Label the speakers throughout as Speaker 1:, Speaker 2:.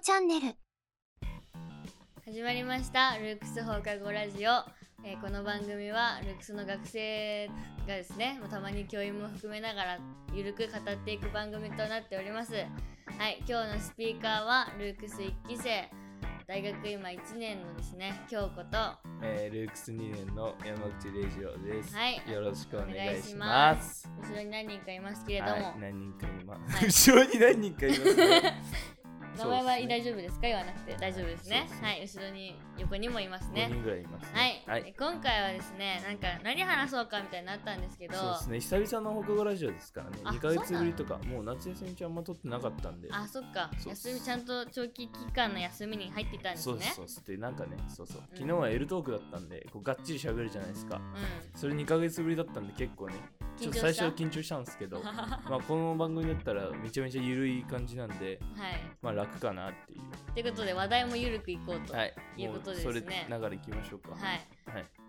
Speaker 1: チャンネル
Speaker 2: 始まりましたルークス放課後ラジオ、えーこの番組はルークスの学生がですねまあたまに教員も含めながらゆるく語っていく番組となっておりますはい今日のスピーカーはルークス1期生大学今1年のですね京子とは
Speaker 3: えー、ルークス2年の山口レジオです。
Speaker 2: はい
Speaker 3: よろしくお
Speaker 2: お願
Speaker 3: 願
Speaker 2: い
Speaker 3: い
Speaker 2: し
Speaker 3: し
Speaker 2: ま
Speaker 3: ます。
Speaker 2: 後ろに何人かいますけれども、
Speaker 3: はい、何人かいます。
Speaker 2: はい
Speaker 3: 後ろに何人かいますね。
Speaker 2: 名前は
Speaker 3: そうですね
Speaker 2: 大丈夫ですか言わなくて大丈夫です
Speaker 3: はい
Speaker 2: ね
Speaker 3: そうですね
Speaker 2: はい後ろに横にもいます
Speaker 3: 5
Speaker 2: ね
Speaker 3: 人ぐらいいます
Speaker 2: は
Speaker 3: ね
Speaker 2: い、。で今回はですねなんか何話そうかみたいになったんですけど
Speaker 3: そうですね。久々の放課後ラジオですからね。
Speaker 2: あ
Speaker 3: 2ヶ月ぶりとか、もう夏休み中あんま撮ってなかったんで。
Speaker 2: あそっか
Speaker 3: そうっす
Speaker 2: 休みちゃんと長期期間の休みに入っていたんです
Speaker 3: そう
Speaker 2: ね
Speaker 3: ですそうですでなんかねそうそう昨日は L トークだったんでこうがっちり喋るじゃないですか
Speaker 2: う
Speaker 3: それ2ヶ月ぶりだったんで結構ねちょっと最初は緊張したんですけ どまあこの番組だったらめちゃめちゃ緩い感じなんで
Speaker 2: ん はい
Speaker 3: まあ楽かなっていう
Speaker 2: ということで話題もゆるくいこうとはい、
Speaker 3: い
Speaker 2: いうことですね
Speaker 3: もうそれ流れいきましょうか。はい。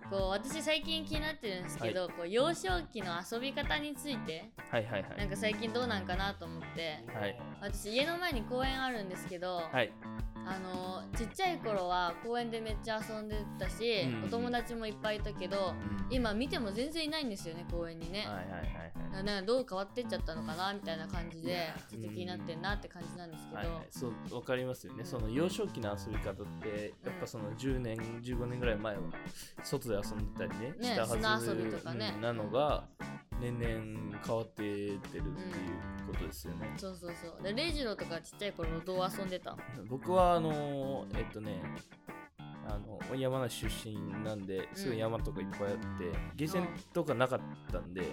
Speaker 2: こう私最近気になってるんですけど、こう幼少期の遊び方について
Speaker 3: はいはい
Speaker 2: なんか最近どうなんかなと思って
Speaker 3: はい。はい。
Speaker 2: 私家の前に公園あるんですけど、
Speaker 3: はい。
Speaker 2: あのちっちゃい頃は公園でめっちゃ遊んでたし、
Speaker 3: うん
Speaker 2: お友達もいっぱいいたけど今見ても全然いないんですよね公園にね、
Speaker 3: はいはいはいは
Speaker 2: なんかどう変わってっちゃったのかなみたいな感じ
Speaker 3: い
Speaker 2: で
Speaker 3: や
Speaker 2: ちょっと気になってんなって感じなんですけ
Speaker 3: い。
Speaker 2: ど、
Speaker 3: はいはい、そうわかりますよ
Speaker 2: うん
Speaker 3: ね、その幼少期の遊び方って、やっぱその10年、15年ぐらい前は外で遊んでたりね、
Speaker 2: ね
Speaker 3: したはず
Speaker 2: 砂遊びとかね
Speaker 3: うんなのが、年々変わってってるっていうことですよね。
Speaker 2: そうそうそうでレイジローとかちっちゃい頃どう遊んでた
Speaker 3: 僕はあのーえっとねあの山梨出身なんですごい山とかいっぱいあって、ゲーセンとかなかったんで、
Speaker 2: うん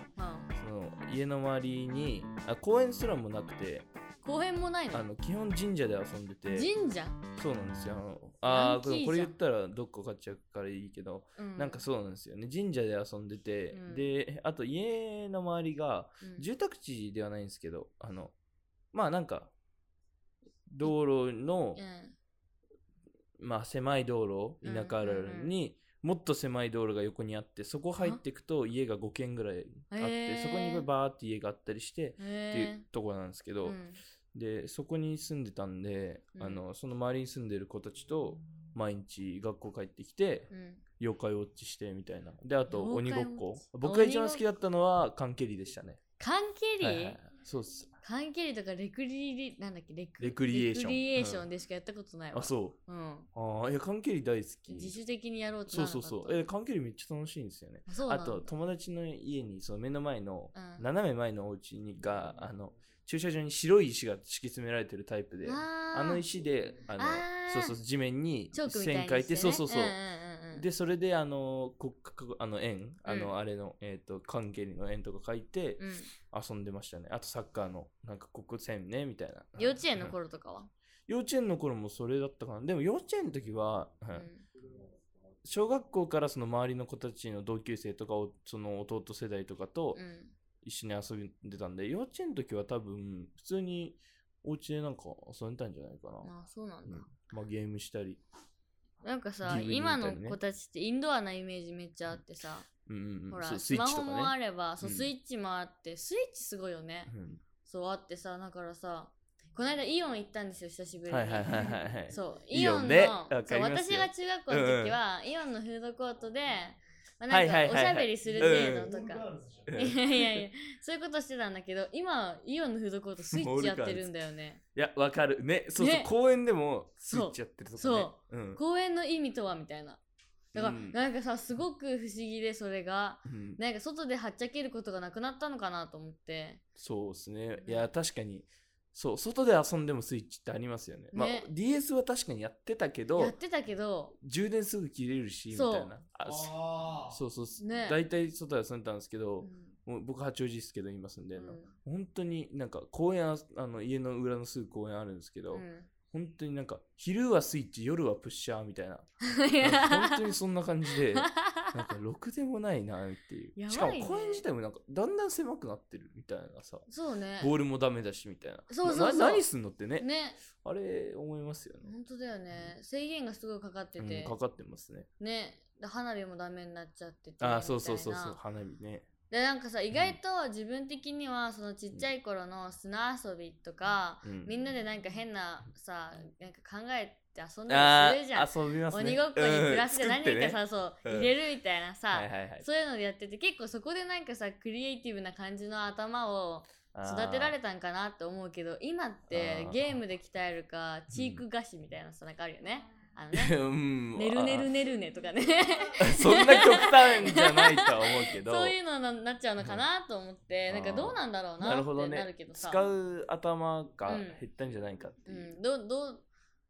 Speaker 3: その家の周りにあ公園すらもなくて
Speaker 2: 公園もないの
Speaker 3: あの基本神社で遊んでて
Speaker 2: 神社、
Speaker 3: そうなんですよあのあ
Speaker 2: ヤンキーじゃん
Speaker 3: ーでもこれ言ったらどっか買っちゃうからいいけど、
Speaker 2: うん
Speaker 3: なんかそうなんですよね神社で遊んでて、
Speaker 2: うん
Speaker 3: であと家の周りが
Speaker 2: うん
Speaker 3: 住宅地ではないんですけどあのまあなんか道路の、
Speaker 2: うん
Speaker 3: まあ、狭い道
Speaker 2: う
Speaker 3: 路
Speaker 2: ん
Speaker 3: 田舎あるあるに、もっと狭い道路が横にあってそこ入っていくと家が5軒ぐらいあって、
Speaker 2: へー
Speaker 3: そこにバーって家があったりして、ってい
Speaker 2: へ
Speaker 3: うところなんですけ
Speaker 2: えう
Speaker 3: ど、
Speaker 2: ん
Speaker 3: でそこに住んでたんで、
Speaker 2: うん
Speaker 3: あのその周りに住んでる子たちと毎日学校帰ってきて、
Speaker 2: うん
Speaker 3: 妖怪ウォッチしてみたいなであと
Speaker 2: 妖
Speaker 3: 鬼
Speaker 2: 怪ウ
Speaker 3: ご
Speaker 2: ォッ
Speaker 3: っ
Speaker 2: チ
Speaker 3: こ僕が一番好きだったのは缶蹴りでしたね
Speaker 2: 缶蹴り、
Speaker 3: はいはいそうっす
Speaker 2: 缶蹴りとかレクリリなんだっけレク
Speaker 3: レクリエーシ
Speaker 2: レ
Speaker 3: ョン
Speaker 2: クリエーションでしかやったことないわ、、
Speaker 3: あそう
Speaker 2: ん、
Speaker 3: うあーいや缶蹴り大好
Speaker 2: 自
Speaker 3: き
Speaker 2: 主的にやろうと
Speaker 3: そ
Speaker 2: な
Speaker 3: う
Speaker 2: らなか
Speaker 3: そう
Speaker 2: った
Speaker 3: そうえ缶蹴りめっちゃ楽しいんですよね
Speaker 2: あそうな
Speaker 3: あ
Speaker 2: んだ
Speaker 3: と友達の家にその目の前の、
Speaker 2: うん
Speaker 3: 斜め前のお家にがあの駐車場に白い石が敷き詰められてるタイプで
Speaker 2: あー
Speaker 3: あの石であの
Speaker 2: あー
Speaker 3: そうそう地面に
Speaker 2: チョークみたいにし
Speaker 3: 線
Speaker 2: て、
Speaker 3: 書
Speaker 2: ね、
Speaker 3: いてそうそうそ
Speaker 2: ん
Speaker 3: う、
Speaker 2: んうんうん
Speaker 3: でそれであのここあの円あ
Speaker 2: う
Speaker 3: の、
Speaker 2: ん
Speaker 3: あれのえっ、と関係の円とか書いて
Speaker 2: うん
Speaker 3: 遊んでましたね、あとサッカーのなんかここ線ねみたいな
Speaker 2: 幼稚園の
Speaker 3: うん
Speaker 2: 頃とかは、
Speaker 3: 幼稚園の頃もそれだったかなでも幼稚園の時は、うん
Speaker 2: うん
Speaker 3: 小学校からその周りの子たちの同級生とかおその弟世代とかと
Speaker 2: うん
Speaker 3: 一緒に遊んでたんで、幼稚園の時は多分普通にお家でなんか遊んでたんじゃないかな、
Speaker 2: あそうなんだ、
Speaker 3: うんまあゲームしたり
Speaker 2: なんかさ、
Speaker 3: DVD みたい
Speaker 2: 今
Speaker 3: なね
Speaker 2: の子たちってインドアなイメージめっちゃあってさ、
Speaker 3: うんうんうん
Speaker 2: ほら
Speaker 3: そう
Speaker 2: スマホもあ
Speaker 3: ね
Speaker 2: ればそう、
Speaker 3: うん
Speaker 2: スイッチもあってスイッチすごいよね、そうあってさだからさこの間イオン行ったんですよ久しぶ
Speaker 3: う
Speaker 2: り
Speaker 3: ん、
Speaker 2: に、
Speaker 3: はいはいはいはいはい
Speaker 2: そうイ
Speaker 3: イ
Speaker 2: オ
Speaker 3: オ
Speaker 2: ンの
Speaker 3: ンねわか
Speaker 2: そう
Speaker 3: ります
Speaker 2: 私
Speaker 3: よ
Speaker 2: が中学校の時は、イオンのフードコートで、まあ、な
Speaker 3: は
Speaker 2: ん
Speaker 3: いはい
Speaker 2: か
Speaker 3: は
Speaker 2: お
Speaker 3: いは
Speaker 2: しゃ
Speaker 3: い
Speaker 2: べりする程度とか、
Speaker 3: うん
Speaker 2: いやいやいやそういうことしてたんだけど今イオンのフードコートスイッチやってるんだよね
Speaker 3: いや、わかる。ね、そうそう、
Speaker 2: ね
Speaker 3: 公園でもスイッチやってるとかね。。
Speaker 2: そう
Speaker 3: ん。
Speaker 2: 公園の意味とはみたいなだから、
Speaker 3: うん
Speaker 2: なんかさすごく不思議でそれが
Speaker 3: うん
Speaker 2: なんか外ではっちゃけることがなくなったのかなと思って
Speaker 3: そうですね。いや、確かに、そう、外で遊んでもスイッチってありますよね。まあ
Speaker 2: ね、
Speaker 3: DS は確かにやってたけ
Speaker 2: やっ
Speaker 3: ど、
Speaker 2: てたけど
Speaker 3: 充電すぐ切れるし、みた
Speaker 2: そう
Speaker 3: いな。あそ
Speaker 4: あ
Speaker 3: そうそうそう。
Speaker 2: ね
Speaker 3: 大体外で遊んでたんですけ
Speaker 2: う
Speaker 3: ど、
Speaker 2: ん
Speaker 3: もう僕、八王子ですけど、今住んで
Speaker 2: う
Speaker 3: るの。
Speaker 2: ん
Speaker 3: 本当になんか、公園あ、あの家の裏のすぐ公園あるんですけど、本当になんか、昼はスイッチ、夜はプッシャーみたい
Speaker 2: う
Speaker 3: な。
Speaker 2: んいや
Speaker 3: なんか本 当にそんな感じで。なんかろくでもないなっていう、
Speaker 2: やばいね
Speaker 3: しかも公園自体もなんかだんだん狭くなってるみたいなさ
Speaker 2: そうね
Speaker 3: ボールもダメだしみたいな
Speaker 2: そうそうそう
Speaker 3: な何すんのってね
Speaker 2: ね
Speaker 3: あれ思いますよね、
Speaker 2: 本当だよね制限がすごいかかってて、
Speaker 3: うんかかってますね
Speaker 2: ねで花火もダメになっちゃってて
Speaker 3: あーそうそうそうそう
Speaker 2: み
Speaker 3: 花火ね
Speaker 2: でなんかさ意外と自分的にはそのちっちゃい頃の砂遊びとか、
Speaker 3: うん
Speaker 2: みんなでなんか変なさなんか考えて遊んだ
Speaker 3: あ
Speaker 2: りするじゃん、
Speaker 3: ー遊びますね
Speaker 2: 鬼ごっこにプラスで
Speaker 3: うん
Speaker 2: 何
Speaker 3: 作って
Speaker 2: かさ、
Speaker 3: ね
Speaker 2: そう
Speaker 3: う
Speaker 2: 入
Speaker 3: ん
Speaker 2: れるみたいなさ、
Speaker 3: はいはいはい
Speaker 2: そういうのでやってて結構そこでなんかさクリエイティブな感じの頭を育てられたんかなって思うけど今って
Speaker 3: あー
Speaker 2: ゲームで鍛えるかチーク菓子みたいなさなんかあるよねあの
Speaker 3: あ
Speaker 2: ね
Speaker 3: ーうん
Speaker 2: ねるねるねるねとかね
Speaker 3: あーそんな極端じゃないとは思うけ ど
Speaker 2: そういうのななっちゃうのかなと思って、
Speaker 3: う
Speaker 2: な
Speaker 3: ん
Speaker 2: んかどうなんだろう
Speaker 3: な
Speaker 2: な
Speaker 3: る
Speaker 2: っ
Speaker 3: ほど
Speaker 2: てな
Speaker 3: ね
Speaker 2: るけどさ
Speaker 3: 使う頭が
Speaker 2: うん
Speaker 3: 減ったんじゃないかって
Speaker 2: う
Speaker 3: いう、い
Speaker 2: ん、どうどう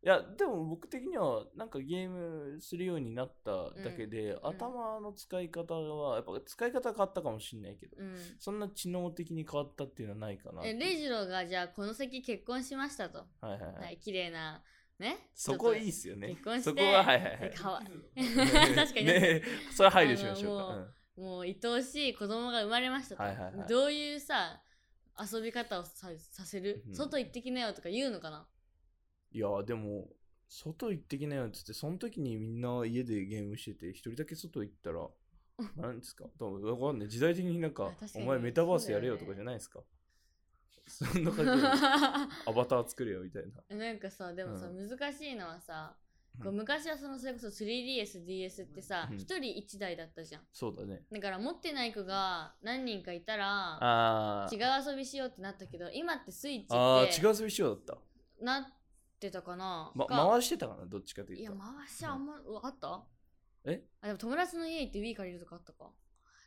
Speaker 3: やでも僕的にはなんかゲームするようになっただけで、
Speaker 2: ん
Speaker 3: 頭の使い方はやっぱ使い方変わったかもしれないけど、
Speaker 2: うん
Speaker 3: そんな知能的に変わったっていうのはないかな
Speaker 2: えレイジローがじゃあこの先結婚しましたと、
Speaker 3: はいはいはい、
Speaker 2: はい、綺麗なね
Speaker 3: そこいい
Speaker 2: い
Speaker 3: っすよね
Speaker 2: 結婚して
Speaker 3: そこははいはいはい
Speaker 2: か わ
Speaker 3: ね
Speaker 2: 確かに、
Speaker 3: ねそれは配慮しましょうか
Speaker 2: あのももう愛おしい子供が生まれましたと、
Speaker 3: はいはいはい
Speaker 2: どういうさ遊び方をささせる、
Speaker 3: うん
Speaker 2: 外行ってきなよとか言うのかな
Speaker 3: うんいやーでも外行ってきなよっつってその時にみんな家でゲームしてて一人だけ外行ったらなんですか多分わかんない時代的になん
Speaker 2: あ
Speaker 3: か
Speaker 2: 確か
Speaker 3: お
Speaker 2: に
Speaker 3: 前メタバースやれよと
Speaker 2: そう
Speaker 3: か
Speaker 2: だよね
Speaker 3: じゃないですかそ,、んな感じで
Speaker 2: な
Speaker 3: アバター作れよみたいなん
Speaker 2: かさでもさ、
Speaker 3: う
Speaker 2: 難しいのはさ
Speaker 3: うん
Speaker 2: こう昔はそのそれこそ 3DSDS ってさ
Speaker 3: うん
Speaker 2: 一、人一台だったじゃん
Speaker 3: そうだね
Speaker 2: だから持ってない子が何人かいたら
Speaker 3: あー
Speaker 2: 違う遊びしようってなったけど今ってスイッチ
Speaker 3: あ
Speaker 2: って
Speaker 3: ー違う遊びしようだっ
Speaker 2: なってたかな、
Speaker 3: た、ま、
Speaker 2: か
Speaker 3: 回してたかなどっちかと
Speaker 2: い
Speaker 3: いう
Speaker 2: や
Speaker 3: と
Speaker 2: 回しはあんま、うわあった
Speaker 3: え
Speaker 2: あでも友達の家行って Wii 借りるとかあったか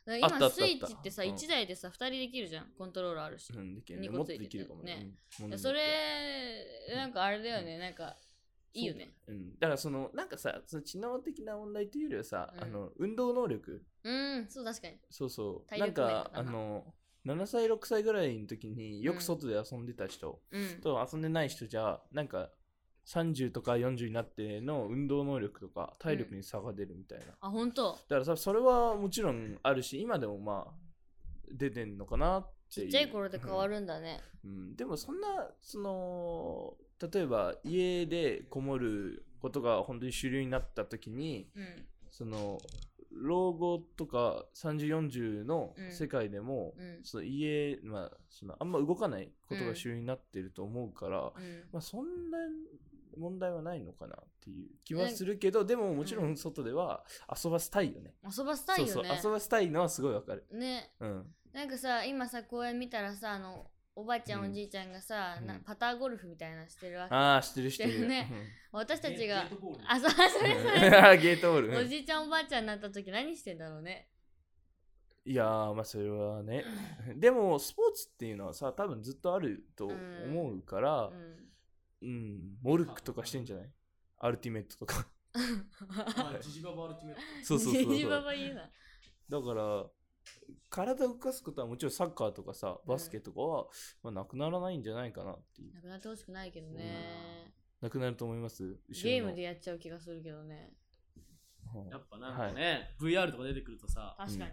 Speaker 2: だから
Speaker 3: あったあ
Speaker 2: 今
Speaker 3: った
Speaker 2: スイッチってさ
Speaker 3: あったうん
Speaker 2: 1台でさ2人できるじゃんコントローラーあるし、
Speaker 3: うんできる
Speaker 2: 二
Speaker 3: ね
Speaker 2: 個
Speaker 3: もっと
Speaker 2: ついて
Speaker 3: できるかもね
Speaker 2: ね
Speaker 3: う
Speaker 2: い
Speaker 3: んもの
Speaker 2: や
Speaker 3: に
Speaker 2: そ
Speaker 3: よって
Speaker 2: れなんかあれだよね、なんかいいよね
Speaker 3: そうだうん、だからそのなんかさその知能的な問題というよりはさ、
Speaker 2: うん
Speaker 3: あの運動能力
Speaker 2: うんそう確かに
Speaker 3: そうそう
Speaker 2: 体
Speaker 3: なん
Speaker 2: 力面
Speaker 3: か
Speaker 2: とかな
Speaker 3: あの7歳6歳ぐらいの時によく外で遊んでた人
Speaker 2: うん
Speaker 3: と遊んでない人じゃなんか30とか40になっての運動能力とか体力に差が出るみたいな、だ
Speaker 2: あ本当
Speaker 3: からさそれはもちろんあるし今でもまあ出てんのかなって
Speaker 2: ち
Speaker 3: いう
Speaker 2: っちゃい頃で変わるんだね、
Speaker 3: うん、でもそんなその例えば家でこもることが本当に主流になった時に
Speaker 2: うん
Speaker 3: その老後とか3040の
Speaker 2: うん
Speaker 3: 世界でも、
Speaker 2: うん
Speaker 3: その家、まあ、そのあんま動かないことが主流になってると思うから、
Speaker 2: うん
Speaker 3: まあ、そんな問題はないのかなっていう気はするけど、でももちろん外では遊ばせたいよね。
Speaker 2: 遊ばせたいよね
Speaker 3: そうそう遊ばせたいのはすごいわかる。
Speaker 2: ね
Speaker 3: うん、
Speaker 2: なんかさ今さ公園見たらさあのおばあちゃん、
Speaker 3: うん
Speaker 2: おじいちゃんがさ、な
Speaker 3: うん
Speaker 2: パターゴルフみたいなのしてるわけ
Speaker 3: ああ知ってる知っ
Speaker 2: し
Speaker 3: て
Speaker 2: てる
Speaker 3: る。
Speaker 2: ね私たちが
Speaker 1: ゲートボール
Speaker 2: あそうそ
Speaker 3: うん
Speaker 2: れそれ
Speaker 3: ゲートボールね。
Speaker 2: おじいちゃんおばあちゃんになった時何してんだろうね。
Speaker 3: いやーまあそれはねでもスポーツっていうのはさ多分ずっとあると思うから
Speaker 2: う、ん、
Speaker 3: うんモルックとかしてんじゃないアルティメットとか
Speaker 1: あジジババアルティメット
Speaker 3: そうそうそうそう
Speaker 2: ジジババ言うな。
Speaker 3: だから体を動かすことはもちろんサッカーとかさバスケとかは、まあ、なくならないんじゃないかなっていう
Speaker 2: なくなってほしくないけどね。
Speaker 3: なくなると思います
Speaker 2: ゲームでやっちゃう気がするけどね。
Speaker 3: 後ろの
Speaker 1: やっぱなんかね、VR とか出てくるとさ
Speaker 2: 確かに。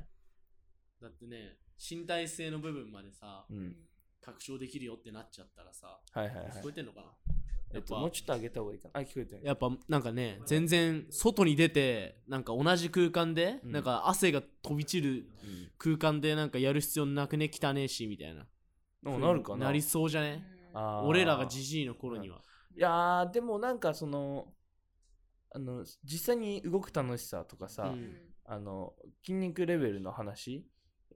Speaker 1: だってね身体性の部分までさ
Speaker 3: うん、うん、
Speaker 1: 拡張できるよってなっちゃったらさ
Speaker 3: はいはいはい
Speaker 1: 聞こえてんのかな、
Speaker 3: えっともうちょっと上げた方がいいかなあ聞こえてる
Speaker 1: やっぱなんかね全然外に出てなんか同じ空間で、
Speaker 3: うん
Speaker 1: なんか汗が飛び散る
Speaker 3: うん
Speaker 1: 空間でなんかやる必要なくね汚ねえしみたいな
Speaker 3: でもなるかな
Speaker 1: なりそうじゃ
Speaker 2: うん
Speaker 1: ね
Speaker 3: あー
Speaker 1: 俺らがじじいの頃には、
Speaker 3: いやーでもなんかそのあの実際に動く楽しさとかさ、
Speaker 1: う
Speaker 2: うんん
Speaker 3: あの筋肉レベルの話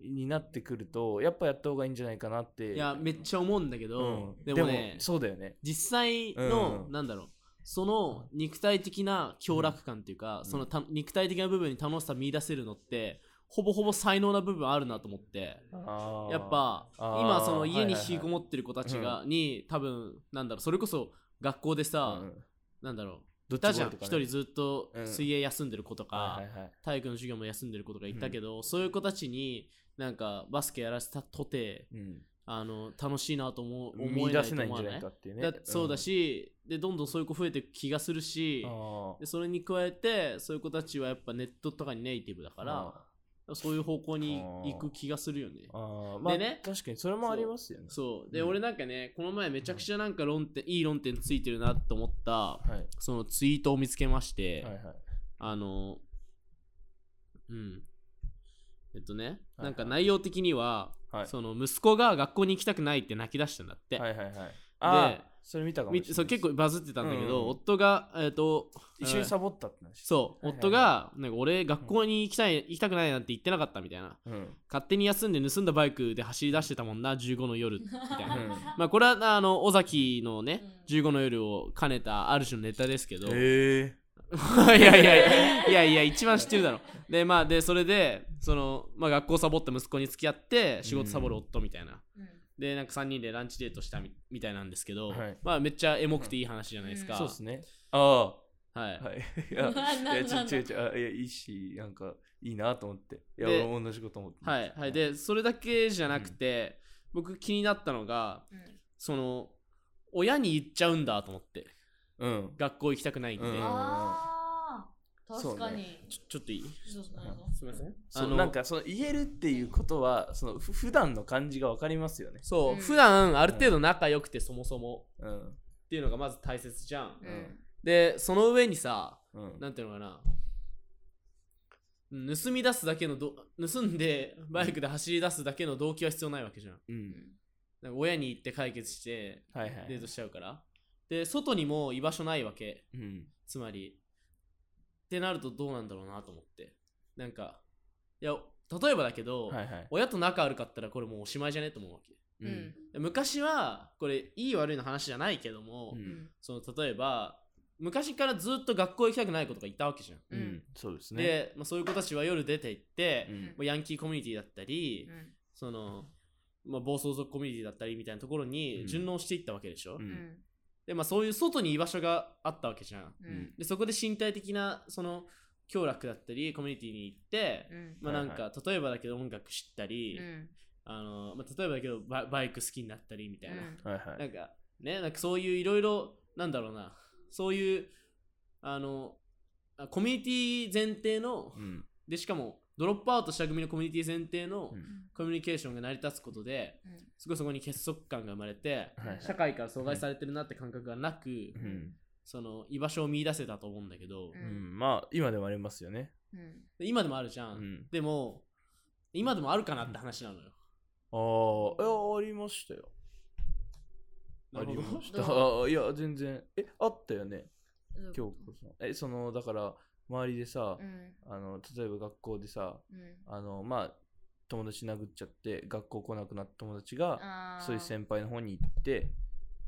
Speaker 3: になってくるとやっぱやった方がいいんじゃないかなって
Speaker 1: いやめっちゃ思うんだけ
Speaker 3: う
Speaker 1: ど、
Speaker 3: ん
Speaker 1: で
Speaker 3: で
Speaker 1: も
Speaker 3: も
Speaker 1: ね
Speaker 3: そうだよね
Speaker 1: 実際の、
Speaker 3: うん
Speaker 1: なんだろうその肉体的な強楽感っていうか、
Speaker 3: ん
Speaker 1: そのた肉体的な部分に楽しさ見出せるのってほぼほぼ才能な部分あるなと思って
Speaker 3: あー
Speaker 1: やっぱ
Speaker 3: あー
Speaker 1: 今その
Speaker 3: はい
Speaker 1: 家
Speaker 3: はいはい
Speaker 1: に引きこもってる子たちがに多分なんだろうそれこそ学校でさ、
Speaker 3: うん
Speaker 1: なんだろう
Speaker 3: ど
Speaker 1: いたじゃん
Speaker 3: っち
Speaker 1: 一、
Speaker 3: もあるとかね
Speaker 1: 人ずっと
Speaker 3: うん
Speaker 1: 水泳休んでる子とか、
Speaker 3: はいはいはい
Speaker 1: 体育の授業も休んでる子とかいたけど、そういう子たちになんかバスケやらせたとて
Speaker 3: うん
Speaker 1: あの楽しいなと思う思
Speaker 3: 見
Speaker 1: えな
Speaker 3: 出せ
Speaker 1: いと
Speaker 3: ない
Speaker 1: 思
Speaker 3: ん
Speaker 1: わ
Speaker 3: じゃな
Speaker 1: な
Speaker 3: い
Speaker 1: い
Speaker 3: かっていうね
Speaker 1: だそうだし、でどんどんそういう子増えていく気がするし
Speaker 3: うんあ
Speaker 1: でそれに加えてそういう子たちはやっぱネットとかにネイティブだか
Speaker 3: から
Speaker 1: そういう方向に行く気がするよね
Speaker 3: あーまあ
Speaker 1: でね
Speaker 3: 確かにそれもありますよね
Speaker 1: そうで、
Speaker 3: うん
Speaker 1: 俺なんかねこの前めちゃくちゃなんか論点いい論点ついてるなと思った
Speaker 3: はい
Speaker 1: そのツイートを見つけまして、
Speaker 3: はいはい
Speaker 1: あのうんえっとね、
Speaker 3: はい
Speaker 1: なんか内容的には、
Speaker 3: はい
Speaker 1: その息子が学校に行きたくないって泣き出したんだって、
Speaker 3: はいはいはい。ああ、それ見たかもしれ
Speaker 1: み
Speaker 3: ないです。
Speaker 1: そう結構バズってたんだけど、
Speaker 3: うんうん
Speaker 1: 夫が、えっと
Speaker 3: 一緒に
Speaker 1: えー
Speaker 3: サボったって話。
Speaker 1: そう、
Speaker 3: はいはいはい
Speaker 1: 夫がなんか俺学校に行きたい、行きたくないなんて言ってなかったみたいな
Speaker 3: うん。うん。
Speaker 1: 勝手に休んで盗んだバイクで走り出してたもんな15の 夜みたいなまあこれはなあの尾崎のね、15の夜を兼ねたある種のネタですけど、
Speaker 3: ええ。
Speaker 1: いやいやいやいやいや一番知ってるだろでまあでそれでその、まあ、学校サボった息子に付き合って仕事サボる夫みたいな、でなんか3人でランチデートしたみみたいなんですけど、
Speaker 3: はい
Speaker 1: まあめっちゃエモくていい話じゃないですか、
Speaker 2: うん
Speaker 3: そうですね。あ
Speaker 1: はい、
Speaker 3: あ、はい。いや、いやちょ違う違う。あいや、いいし、なんか、いいなと思って。いや、
Speaker 1: で
Speaker 3: 俺も同じこと思って。
Speaker 1: はいはい、でそれだけじゃなくて、僕気になったのがその親に言っちゃうんだと思って
Speaker 3: うん。
Speaker 1: 学校行きたくないんで、
Speaker 3: うん
Speaker 2: ああ確かに
Speaker 1: ちょちょっといい
Speaker 2: そうそう
Speaker 1: すみません
Speaker 3: そうなんかその言えるっていうことはそのふ普段の感じが分かりますよね。
Speaker 1: そう、
Speaker 2: うん
Speaker 1: 普段ある程度仲良くてそもそも
Speaker 3: うん。
Speaker 1: っていうのがまず大切じゃん、
Speaker 2: うん
Speaker 1: でその上にさ
Speaker 3: うん。
Speaker 1: なんていうのかな盗み出すだけのど盗んでバイクで走り出すだけの動機は必要ないわけじゃん
Speaker 3: うん。
Speaker 1: なんか親に行って解決して
Speaker 3: はいはい
Speaker 1: デートしちゃうから、で外にも居場所ないわけ
Speaker 3: うん。
Speaker 1: つまりってなるとどうなんだろうなと思ってなんかいや例えばだけど、
Speaker 3: はいはい。
Speaker 1: 親と仲悪かったらこれもうおしまいじゃねと思うわけ
Speaker 2: うんうん
Speaker 1: で昔はこれいい悪いの話じゃないけども、
Speaker 3: う
Speaker 2: うんん
Speaker 1: その例えば昔からずっと学校行きたくない子とかいたわけじゃん、
Speaker 3: う
Speaker 2: うんん。
Speaker 3: そうですね。
Speaker 1: で、まあ、そういう子たちは夜出て行って、
Speaker 3: う
Speaker 1: も
Speaker 3: ん
Speaker 1: うヤンキーコミュニティだったり、
Speaker 2: うん
Speaker 1: その、まあ、暴走族コミュニティだったりみたいなところ
Speaker 3: う
Speaker 1: に
Speaker 3: ん
Speaker 1: 順応していったわけでしょ、
Speaker 3: うん
Speaker 1: で、まあ、そういう外に居場所があったわけじゃん
Speaker 2: う
Speaker 3: うんん
Speaker 1: でそこで身体的なその協楽だったりコミュニティに行って、
Speaker 2: うん
Speaker 1: まあなんか、
Speaker 3: はい
Speaker 1: 例えばだけど音楽知ったり、
Speaker 2: うん
Speaker 1: あのまあ、例えばだけどババイク好きになったりみたいな、
Speaker 2: うん
Speaker 3: はいは。
Speaker 1: ないんかねなんかそういういろいろなんだろうなそういうあのあコミュニティ前提の、
Speaker 3: うん。
Speaker 1: でしかもドロップアウトした組のコミュニティ前提の
Speaker 3: うん
Speaker 1: コミュニケーションが成り立つことで
Speaker 2: うん
Speaker 1: すごいそこに結束感が生まれて
Speaker 3: はいはい
Speaker 1: 社会から阻害されてるなって感覚がなく、
Speaker 3: うん。
Speaker 1: その居場所を見出せたと思うんだけど、
Speaker 2: う
Speaker 3: うんん。まあ今でもありますよね。
Speaker 2: うん
Speaker 1: で今でもあるじゃ、
Speaker 3: うんん。
Speaker 1: でも今でもあるかなって話なのよ、
Speaker 3: ああ、いやありましたよ。あ
Speaker 1: なる
Speaker 3: り
Speaker 1: ほど
Speaker 3: まし
Speaker 2: ど
Speaker 3: た。
Speaker 2: う
Speaker 3: あいや全然。えあったよね。
Speaker 2: どういう
Speaker 3: 今
Speaker 2: こ
Speaker 3: 日こそ。えそのだから周りでさ
Speaker 2: とうん
Speaker 3: あの例えば学校でさ
Speaker 2: うん
Speaker 3: あのまあ友達殴っちゃって学校来なくなった友達が
Speaker 2: あー
Speaker 3: そういう先輩の方に行って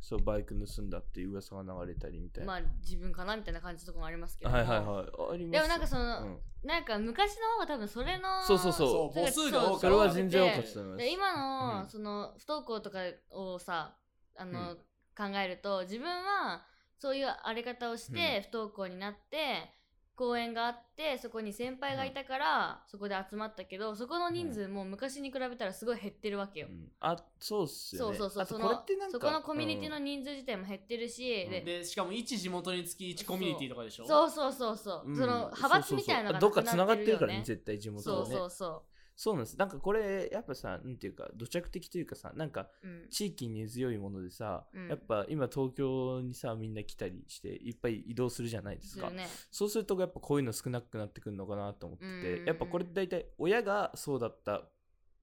Speaker 3: そうバイク盗んだっていう噂が流れたりみたい
Speaker 2: ま
Speaker 3: な。
Speaker 2: あ自分かなみたいな感じのとこもありますけど
Speaker 3: はいはいはい。あります
Speaker 2: でもなんかそ
Speaker 3: うん
Speaker 2: のなんか昔の方が多分それの
Speaker 3: そうそうそう
Speaker 2: れが
Speaker 1: そう母数が多かった
Speaker 3: それは全然多か
Speaker 2: で
Speaker 3: ったと思います
Speaker 2: で。今の、
Speaker 3: うん
Speaker 2: その不登校とかをさあの、考えると自分はそういうあれ方をして不登校になって、公園があってそこに先輩がいたから、そこで集まったけどそこの人数も昔に比べたらすごい減ってるわけよ。
Speaker 3: うんあそうっすよ
Speaker 2: そう
Speaker 3: ね。
Speaker 2: そうそう
Speaker 3: あと
Speaker 2: そ
Speaker 3: これ
Speaker 2: の
Speaker 3: ってなんか
Speaker 2: そこのコミュニティ
Speaker 3: う
Speaker 2: の
Speaker 3: ん
Speaker 2: 人数自体も減ってるし、
Speaker 3: うん
Speaker 2: で
Speaker 1: でしかも一地元につき一コミュニティとかでしょ
Speaker 2: そうそうそうそう、
Speaker 3: うん
Speaker 2: その派閥みたいなのが
Speaker 3: そうそうそうどっか繋がってる
Speaker 2: よ
Speaker 3: か
Speaker 2: ね
Speaker 3: らね絶対地元
Speaker 2: そ
Speaker 3: は
Speaker 2: う
Speaker 3: ね
Speaker 2: そうそ
Speaker 3: そうなんですなんかこれやっぱさなんていうか土着的というかさなんか
Speaker 2: う、うん、
Speaker 3: 地域に根強いものでさ、
Speaker 2: うん
Speaker 3: やっぱ今東京にさみんな来たりしていっぱい移動するじゃないです
Speaker 2: す
Speaker 3: か
Speaker 2: るね
Speaker 3: そうするとやっぱこういうの少なくなってくるのかなと思って
Speaker 2: うん
Speaker 3: てやっぱこれって大体親がそうだった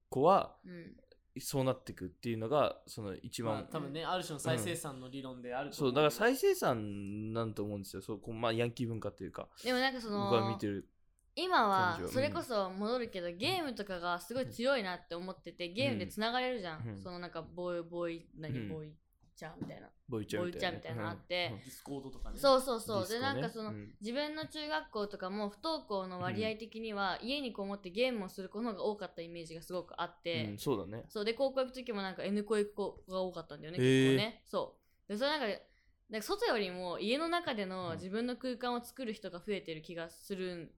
Speaker 3: 子は
Speaker 2: うん
Speaker 3: そうなってくっていうのがその一番、
Speaker 1: まあ、多分ねある種の再生産の理論であると
Speaker 3: そ
Speaker 1: 思
Speaker 3: うだから再生産なんと思うんですよそうこう、まあ、ヤンキー文化というか
Speaker 2: でもなんかその
Speaker 3: 僕が見てる
Speaker 2: 今は
Speaker 3: 感じはうん
Speaker 2: それこそ戻るけど、ゲームとかがすごい強いなって思っててゲームでつながれるじゃん、
Speaker 3: うん
Speaker 2: そのなんかボーイボーイ何、
Speaker 3: うん
Speaker 2: ボーイちゃんみたいな、
Speaker 3: ボイちゃんみたいな
Speaker 2: ボイちゃんみたいなのあって
Speaker 1: ディスコードとかね
Speaker 2: そううそうそう、で
Speaker 3: ディスコ
Speaker 2: なん
Speaker 3: ね
Speaker 2: かその、
Speaker 3: うん
Speaker 2: 自分の中学校とかも不登校の割合的には、家にこもってゲームをする子の方が多かったイメージがすごくあっ
Speaker 3: う
Speaker 2: て、
Speaker 3: んうんそうだね
Speaker 2: そうで高校行く時もなんか N 校行く子が多かったんだよね
Speaker 3: へ
Speaker 2: 結
Speaker 3: ー
Speaker 2: 構ねそうでそれなんかなんか外よりも家の中での自分の空間を作る人が増えてる気がするん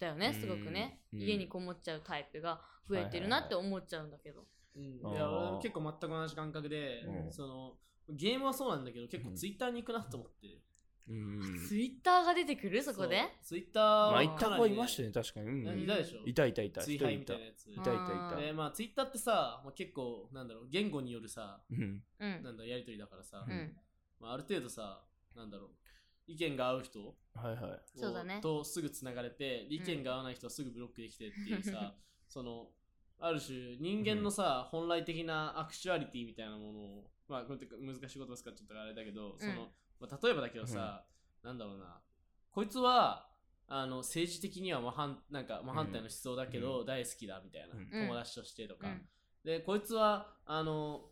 Speaker 2: だよね、すごくね、
Speaker 3: うん
Speaker 2: 家にこもっちゃうタイプが増えてるなって思っちゃうんだけど、
Speaker 1: ん、い
Speaker 3: あー
Speaker 1: や俺も結構全く同じ感覚で、
Speaker 3: うん
Speaker 1: そのゲームはそうなんだけど結構ツイッターに行くなと思って、
Speaker 3: うん
Speaker 2: ツイッターが出てくるそこで
Speaker 1: ツイッター
Speaker 3: まあ
Speaker 1: は
Speaker 3: 行った
Speaker 1: かな
Speaker 3: 子
Speaker 1: り
Speaker 3: いましたね確かに、うん
Speaker 1: いたでしょ
Speaker 3: いたいたいた
Speaker 1: 追
Speaker 3: 一人
Speaker 1: 廃み
Speaker 3: い
Speaker 1: た
Speaker 3: た
Speaker 1: いなやつ
Speaker 3: いたいたい
Speaker 1: で
Speaker 3: た。
Speaker 1: まあツイッターってさ、まあ、結構なんだろう言語によるさ
Speaker 3: うん
Speaker 2: うん
Speaker 1: なんだやりとりだからさ、
Speaker 2: うん、
Speaker 1: まあ、ある程度さなんだろう意見が合う人を
Speaker 3: はいはい。
Speaker 2: そうだね
Speaker 1: とすぐつながれて意見が合わない人はすぐブロックできてっていうさ、そのある種人間のさ、本来的なアクチュアリティみたいなものをまあこうやって難しい言葉使っちゃったからあれだけど、そのまあ、例えばだけどさ、なんだろうなこいつはあの政治的には真反なんか真反対の思想だけど、大好きだみたいな、
Speaker 3: うん
Speaker 1: 友達としてとか、
Speaker 2: うん
Speaker 1: でこいつはあの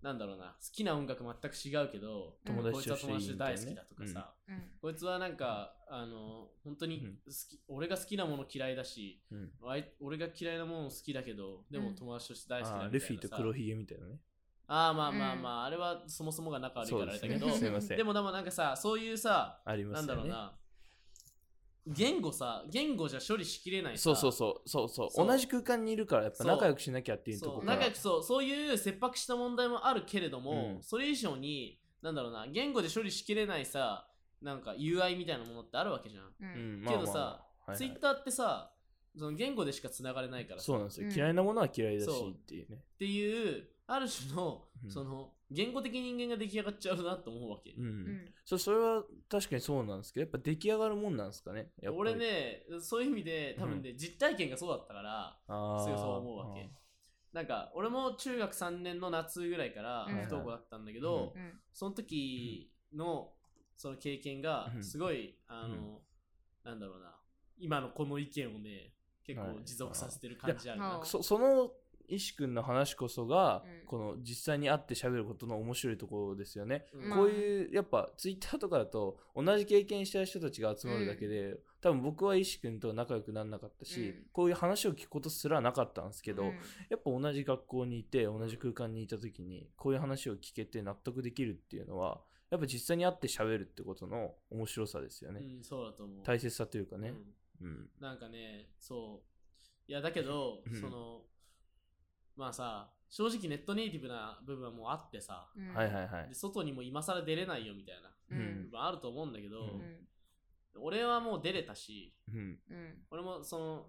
Speaker 1: なんだろうな好きな音楽全く違うけど
Speaker 3: 友
Speaker 1: こい
Speaker 3: 達
Speaker 1: つは
Speaker 3: としてい
Speaker 1: 友
Speaker 3: い
Speaker 1: 達で
Speaker 3: みたい
Speaker 1: 大
Speaker 3: な
Speaker 1: 好
Speaker 3: ね
Speaker 1: きだとかさ、
Speaker 2: うん
Speaker 1: こいつはなんかあの本当に好き、俺が好きなもの嫌いだし、
Speaker 3: うん
Speaker 1: あい俺が嫌いなもの好きだけどでも
Speaker 2: うん
Speaker 1: 友達として大好きだみたい
Speaker 3: あ
Speaker 1: なさ
Speaker 3: ールフィと黒ひげみたいなね
Speaker 1: あーまあまあ
Speaker 2: うん
Speaker 1: まあ、あれはそもそもが仲悪い
Speaker 3: そ
Speaker 1: か
Speaker 3: う
Speaker 1: らあ
Speaker 3: で
Speaker 1: れ
Speaker 3: す
Speaker 1: だ
Speaker 3: ね
Speaker 1: けど
Speaker 2: うん
Speaker 3: すいません
Speaker 1: でもでもなんかさそういうさ
Speaker 3: ありま
Speaker 1: なん
Speaker 3: す
Speaker 1: だ
Speaker 3: よ
Speaker 1: ろう
Speaker 3: ね
Speaker 1: な言語さ言語じゃ処理しきれないさ
Speaker 3: そうそうそうそうそう
Speaker 1: そう
Speaker 3: 同じ空間にいるからやっぱ
Speaker 1: そう
Speaker 3: 仲良くしなきゃっていうと
Speaker 1: そ
Speaker 3: こ
Speaker 1: う
Speaker 3: から
Speaker 1: 仲良くそうそういう切迫した問題もあるけれども、
Speaker 3: うん
Speaker 1: それ以上になんだろうな言語で処理しきれないさなんか友愛みたいなものってあるわけじゃん、
Speaker 2: う
Speaker 3: うんんまあまあ
Speaker 1: けどさ
Speaker 3: はいはい
Speaker 1: ツイッターってさその言語でしかつながれないからさ
Speaker 3: そうなんですよ
Speaker 2: うん
Speaker 3: 嫌いなものは嫌いだし
Speaker 1: そう
Speaker 3: っていうね
Speaker 1: っていうある種の
Speaker 3: うん
Speaker 1: その言語的人間が出来上がっちゃうなと思うわけ、
Speaker 3: う
Speaker 2: うんん
Speaker 3: そうそれは確かにそうなんですけどやっぱ出来上がるもんなんですかねやっぱり
Speaker 1: 俺ねそういう意味で多分ね、実体験がそうだったから
Speaker 3: あー
Speaker 1: すごいそう思うわけなんか俺も中学3年の夏ぐらいから
Speaker 2: うん
Speaker 1: 不登校だったんだけど、
Speaker 3: うん
Speaker 2: うん
Speaker 1: その時のその経験が
Speaker 3: うん
Speaker 1: すごい、あの、なんだろうな今のこの意見をね結
Speaker 3: は
Speaker 1: 構
Speaker 3: い
Speaker 1: 持続させてる感じある
Speaker 2: いや
Speaker 1: な
Speaker 2: あー
Speaker 3: そその石君の話こそが、
Speaker 2: うん
Speaker 3: この実際に会って喋ることの面白いところですよね、
Speaker 1: うん
Speaker 2: まあ
Speaker 3: こういうやっぱツイッターとかだと同じ経験した人たちが集まるだけで、多分僕は石君と仲良くならなかったし、
Speaker 2: うん
Speaker 3: こういう話を聞くことすらなかったんですけど、
Speaker 2: うん
Speaker 3: やっぱ同じ学校にいて同じ空間にいた時にこういう話を聞けて納得できるっていうのはやっぱ実際に会って喋るってことの面白さですよね、
Speaker 1: うん、そうだと思う
Speaker 3: 大切さというか
Speaker 1: う
Speaker 3: ね、
Speaker 1: ん
Speaker 3: うん
Speaker 1: なんかねそういやだけど、
Speaker 3: うん
Speaker 1: そのまあさ正直ネットネイティブな部分はもうあってさ、
Speaker 2: うん
Speaker 3: はいはいはい
Speaker 1: で外にも今更出れないよみたいな
Speaker 2: う
Speaker 1: 部
Speaker 2: ん
Speaker 1: 分あると思うんだけど、
Speaker 3: う
Speaker 2: うん
Speaker 1: 俺はもう出れたし
Speaker 3: うん
Speaker 2: うん
Speaker 1: 俺もその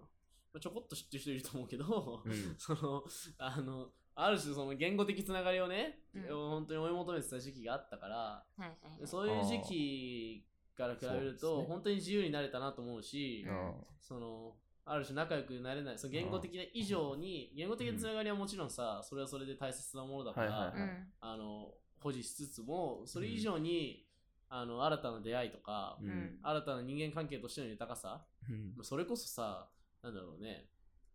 Speaker 1: まあちょこっと知ってる人いると思うけど、
Speaker 3: うん
Speaker 1: そのあのある種その言語的つながりをね、
Speaker 2: うん
Speaker 1: 本当に追い求めてた時期があったから
Speaker 2: はいはいはい
Speaker 1: そういう時期から比べる
Speaker 3: そう
Speaker 1: と、
Speaker 3: ですね
Speaker 1: 本当に自由になれたなと思うし、
Speaker 2: うん
Speaker 1: そのある種仲良くなれないその言語的な以上に言語的なつながりはもちろんさ、それはそれで大切なものだから、
Speaker 3: はいはいはい
Speaker 2: うん
Speaker 1: あの保持しつつもそれ以上に、あの新たな出会いとか、
Speaker 3: う
Speaker 2: うんん
Speaker 1: 新たな人間関係としての豊かさ
Speaker 3: うん
Speaker 1: それこそさなんだろうね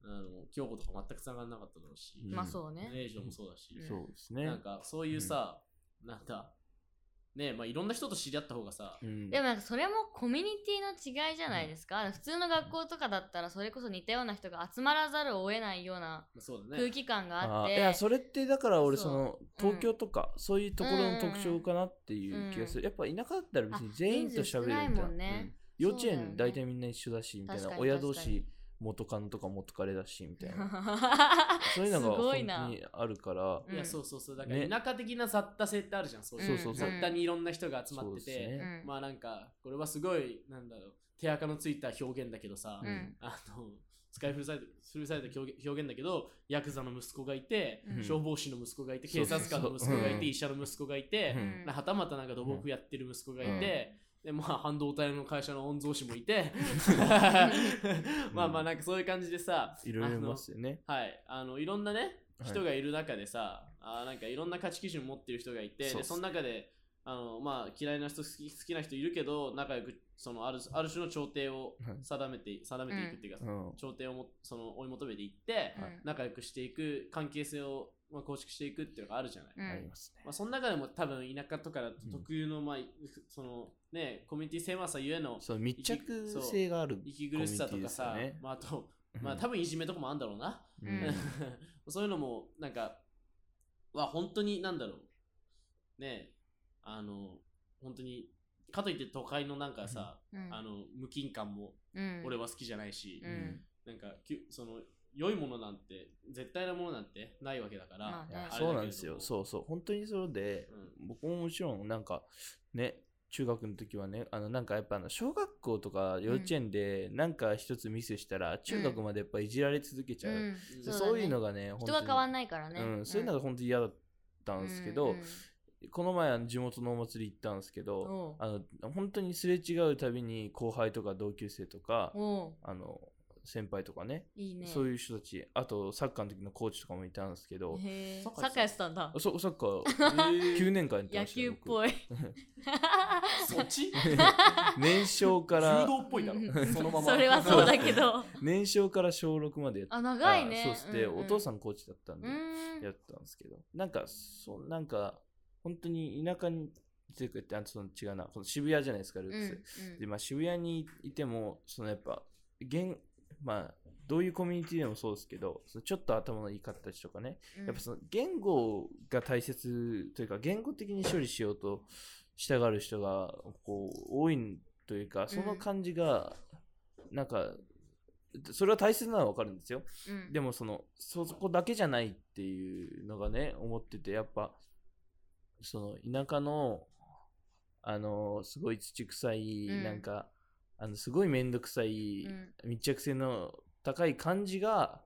Speaker 1: あの京子とか全くつながらなかっただろうし、
Speaker 3: うん
Speaker 2: まあそうね
Speaker 1: レイジョンもそうだし、
Speaker 3: そうですね
Speaker 1: なんかそういうさ、なんだねまあいろんな人と知り合った方がさ、
Speaker 3: うん
Speaker 2: でもなんかそれもコミュニティの違いじゃないですか、普通の学校とかだったらそれこそ似たような人が集まらざるを得ないような
Speaker 1: まあ、そうだね
Speaker 2: 空気感があっ
Speaker 3: あ
Speaker 2: て
Speaker 3: ーいやそれってだから俺
Speaker 2: そ
Speaker 3: そうの
Speaker 2: うん
Speaker 3: 東京とかそういうところの特徴かなっていう気がする、やっぱ田舎だったら別に全員と喋れるみたい
Speaker 2: あ人数少ないも
Speaker 3: な
Speaker 2: んね
Speaker 3: うん幼稚
Speaker 2: そうだよ
Speaker 3: 園
Speaker 2: ね
Speaker 3: 大体みんな一緒だしみたい
Speaker 2: 確
Speaker 3: な
Speaker 2: かに
Speaker 3: 親同
Speaker 2: 確か
Speaker 3: 士
Speaker 2: に
Speaker 3: 元カノとか元カレだしみたい なそういうの
Speaker 2: す
Speaker 3: が本
Speaker 2: ご
Speaker 3: 当
Speaker 2: いな
Speaker 3: にあるから、
Speaker 1: いや
Speaker 2: うん
Speaker 1: そうそうそうだから
Speaker 3: ね
Speaker 1: 田舎的な雑多性ってあるじゃんそういう
Speaker 3: そうそうそう
Speaker 1: 雑多にいろんな人が集ま
Speaker 3: そう
Speaker 1: っ
Speaker 3: で
Speaker 1: て
Speaker 3: す
Speaker 1: て、
Speaker 3: ね、
Speaker 2: うん
Speaker 1: まあなんかこれはすごいなんだろう手垢のついた表現だけどさ、
Speaker 2: うん
Speaker 1: あの使い古された古された表現表現だけどヤクザの息子がいて、
Speaker 2: うん
Speaker 1: 消防士の息子がいて
Speaker 3: そ
Speaker 1: 警
Speaker 3: うそう
Speaker 1: 察
Speaker 3: そう
Speaker 1: 官の息子が
Speaker 3: う
Speaker 1: いて、
Speaker 3: ん
Speaker 1: 医者の息子がいて、
Speaker 2: うん
Speaker 1: はたまたなんか土木やってる息子がいて、でまあ半導体の会社の御曹司もいて まあまあなんかそういう感じでさ
Speaker 3: いろいろいますよね。
Speaker 1: あのはいあのいろんなね
Speaker 3: はい
Speaker 1: 人がいる中でさ、あーなんかいろんな価値基準持ってる人がいて
Speaker 3: そうっす
Speaker 1: でその中であの、まあ、嫌いな人好き好きな人いるけど仲良くそのあるある種の調停を
Speaker 3: はい
Speaker 1: 定めて定めていくっていうか、
Speaker 3: うん
Speaker 1: 調停をもその追い求めていって、
Speaker 2: はい
Speaker 1: 仲良くしていく関係性を、まあ、構築していくっていうのがあるじゃない。
Speaker 2: うん
Speaker 3: ありますね。
Speaker 1: まあ、その中でも多分田舎とかだと
Speaker 3: うん
Speaker 1: 特有の、まあ、そのね、コミュニティ狭さゆえの
Speaker 3: その密着性がある。
Speaker 1: 息苦しさとかさ、
Speaker 3: コミュニティですよね
Speaker 1: まあ、あと、まあ、多
Speaker 3: 分、
Speaker 1: 分いじめとかもあるんだろうな。
Speaker 3: う
Speaker 2: うん
Speaker 3: ん
Speaker 1: そういうのも、なんか、は本当になんだろう。ねえ、あの、本当に、かといって都会のなんかさ、あの、無菌感も俺
Speaker 2: は、
Speaker 1: は好きじゃないし
Speaker 2: う、ん
Speaker 1: なんか、きゅその、良いものなんて、絶対なものなんてないわけだから、
Speaker 2: まあ
Speaker 3: い
Speaker 2: ね
Speaker 3: や
Speaker 1: あれだけれど
Speaker 3: そ
Speaker 1: も
Speaker 3: うなんですよ。そうそう。本当にそうで、僕ももちろん、なんか、ね、中学の時はね、あの、なんかやっぱあの、小学校とか幼稚園で、なんか一つミスしたら、中学までやっぱいじられ続けちゃう。
Speaker 2: うん
Speaker 1: うん
Speaker 3: で
Speaker 2: そうだね
Speaker 3: そういうのがね、
Speaker 2: 人が変わん
Speaker 3: ない。
Speaker 2: ないからね、
Speaker 3: うん、そういうのが本当に嫌だった
Speaker 2: うん
Speaker 3: ですけど、この前あの地元のお祭り行ったんですけど、
Speaker 2: おう
Speaker 3: あの本当にすれ違うたびに後輩とか同級生とか
Speaker 2: おう
Speaker 3: あの先輩とかね
Speaker 2: いいね
Speaker 3: そういう人たちあとサッカーの時のコーチとかもいたんですけど
Speaker 2: へー
Speaker 1: サッカー
Speaker 2: サッカーやってたんだ
Speaker 3: あそうサッ カー
Speaker 1: え
Speaker 3: 9年間やって
Speaker 2: 野
Speaker 3: ましたよ
Speaker 2: 球っぽい
Speaker 1: そ っち
Speaker 3: 僕年少か
Speaker 1: 柔
Speaker 3: ら
Speaker 1: 道っぽいだろ
Speaker 2: うん
Speaker 1: そのまま
Speaker 2: それはそうだけど
Speaker 3: 年少から小6までやって
Speaker 2: あ長いね
Speaker 3: そうして、
Speaker 2: うんうん
Speaker 3: お父さんコーチだったんで
Speaker 2: うーん
Speaker 3: やったんですけどなんかそうなんか本当に田舎にっていうかあその違うなこの渋谷じゃないですかルー
Speaker 2: うん
Speaker 3: クス、でまあ、渋谷にいてもそのやっぱ現、まあ、どういうコミュニティでもそうですけどそのちょっと頭のいい方たちとかね、
Speaker 2: うん
Speaker 3: やっぱその言語が大切というか言語的に処理しようとしたがる人がこう多いというかその感じがなんか、それは大切なのは分かるんですよ
Speaker 2: うん
Speaker 3: でもそのそこだけじゃないっていうのがね思っててやっぱその田舎のあのすごい土臭い、
Speaker 2: うん
Speaker 3: なんかあのすごい面倒くさい、
Speaker 2: うん
Speaker 3: 密着性の高い感じが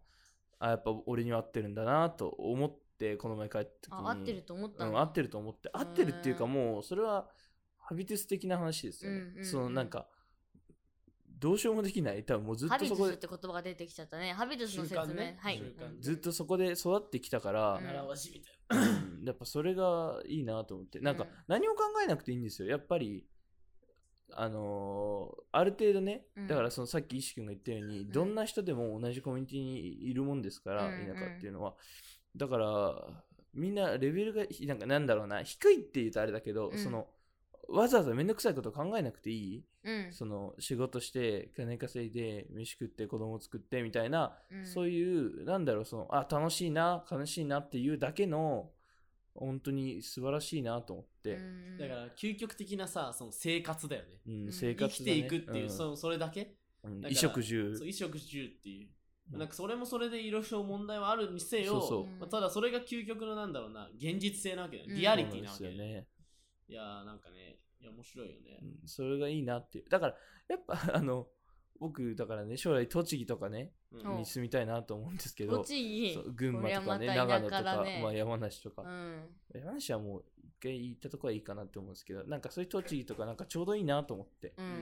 Speaker 3: あやっぱ俺には合ってるんだなと思ってこの前帰った時に
Speaker 2: あ合ってると思った
Speaker 3: う
Speaker 2: の
Speaker 3: ん、合ってると思って合ってるっていうかもうそれはハビテス的な話ですよね、
Speaker 2: うんうんうん
Speaker 3: そのなんかどうしようもできない多分もうずっ
Speaker 2: ハ
Speaker 3: と
Speaker 2: ビ
Speaker 3: そ
Speaker 2: タ
Speaker 3: こ
Speaker 2: ス
Speaker 3: で
Speaker 2: って言葉が出てきちゃったねハビタスの説
Speaker 1: 習慣
Speaker 2: 明、
Speaker 1: ね
Speaker 2: はい
Speaker 1: 習慣
Speaker 3: ずっとそこで育ってきたから、
Speaker 2: うん
Speaker 1: 習わしみたい
Speaker 3: うんやっぱそれがいいなと思ってなん
Speaker 2: う
Speaker 3: か
Speaker 2: ん
Speaker 3: 何も考えなくていいんですよやっぱりあのーある程度ね
Speaker 2: うん
Speaker 3: だからそのさっき石君が言ったように、
Speaker 2: ん
Speaker 3: どんな人でも同じコミュニティにいるもんですから、
Speaker 2: うんうん
Speaker 3: 田舎っていうのはだからみんなレベルがひなんかなんだろうな低いって言うとあれだけど、
Speaker 2: うん
Speaker 3: そのわざわざ面倒くさいこと考えなくていい、
Speaker 2: うん
Speaker 3: その仕事して金稼いで飯食って子供作ってみたいな
Speaker 2: うん
Speaker 3: そういう、なんだろう、その、あ、楽しいな、悲しいなっていうだけの、本当に素晴らしいなと思って、うん
Speaker 2: ん
Speaker 1: なだから究極的なさその生活だよね
Speaker 2: ん
Speaker 3: 生
Speaker 1: 生
Speaker 3: 活
Speaker 1: き
Speaker 3: だ
Speaker 1: て
Speaker 3: ね
Speaker 1: いくっていう、
Speaker 3: ん
Speaker 1: そそれだけ
Speaker 3: うん
Speaker 1: だか
Speaker 3: 衣
Speaker 1: ら
Speaker 3: 食住
Speaker 1: そう衣食住っていう、
Speaker 3: うん
Speaker 1: なんかそれもそれでいろいろ問題はあるにせよ
Speaker 3: そうそう
Speaker 1: まあ、ただそれが究極のなんだろうな現実性なわけだよ、
Speaker 2: うん
Speaker 1: リアリティな
Speaker 3: で
Speaker 1: わ
Speaker 3: す
Speaker 1: け
Speaker 3: よ
Speaker 1: だよ、
Speaker 3: ね、
Speaker 1: いやーなんかねいや面白いよね、
Speaker 3: うんそれがいいなっていうだからやっぱ あの僕だからね将来栃木とかね
Speaker 1: うん
Speaker 2: お
Speaker 3: に住みたいなと思うんですけど
Speaker 2: 栃木
Speaker 3: そう群馬とかね
Speaker 2: これはまた
Speaker 3: 長野と
Speaker 2: 田舎だ
Speaker 3: か、
Speaker 2: ね
Speaker 3: まあ、山梨とか、
Speaker 2: うん
Speaker 3: 山梨はもう一回行ったとこはいいかなって思うんですけどなんかそういう栃木とかなんかちょうどいいなと思って、
Speaker 2: う
Speaker 1: うん
Speaker 2: ん
Speaker 3: う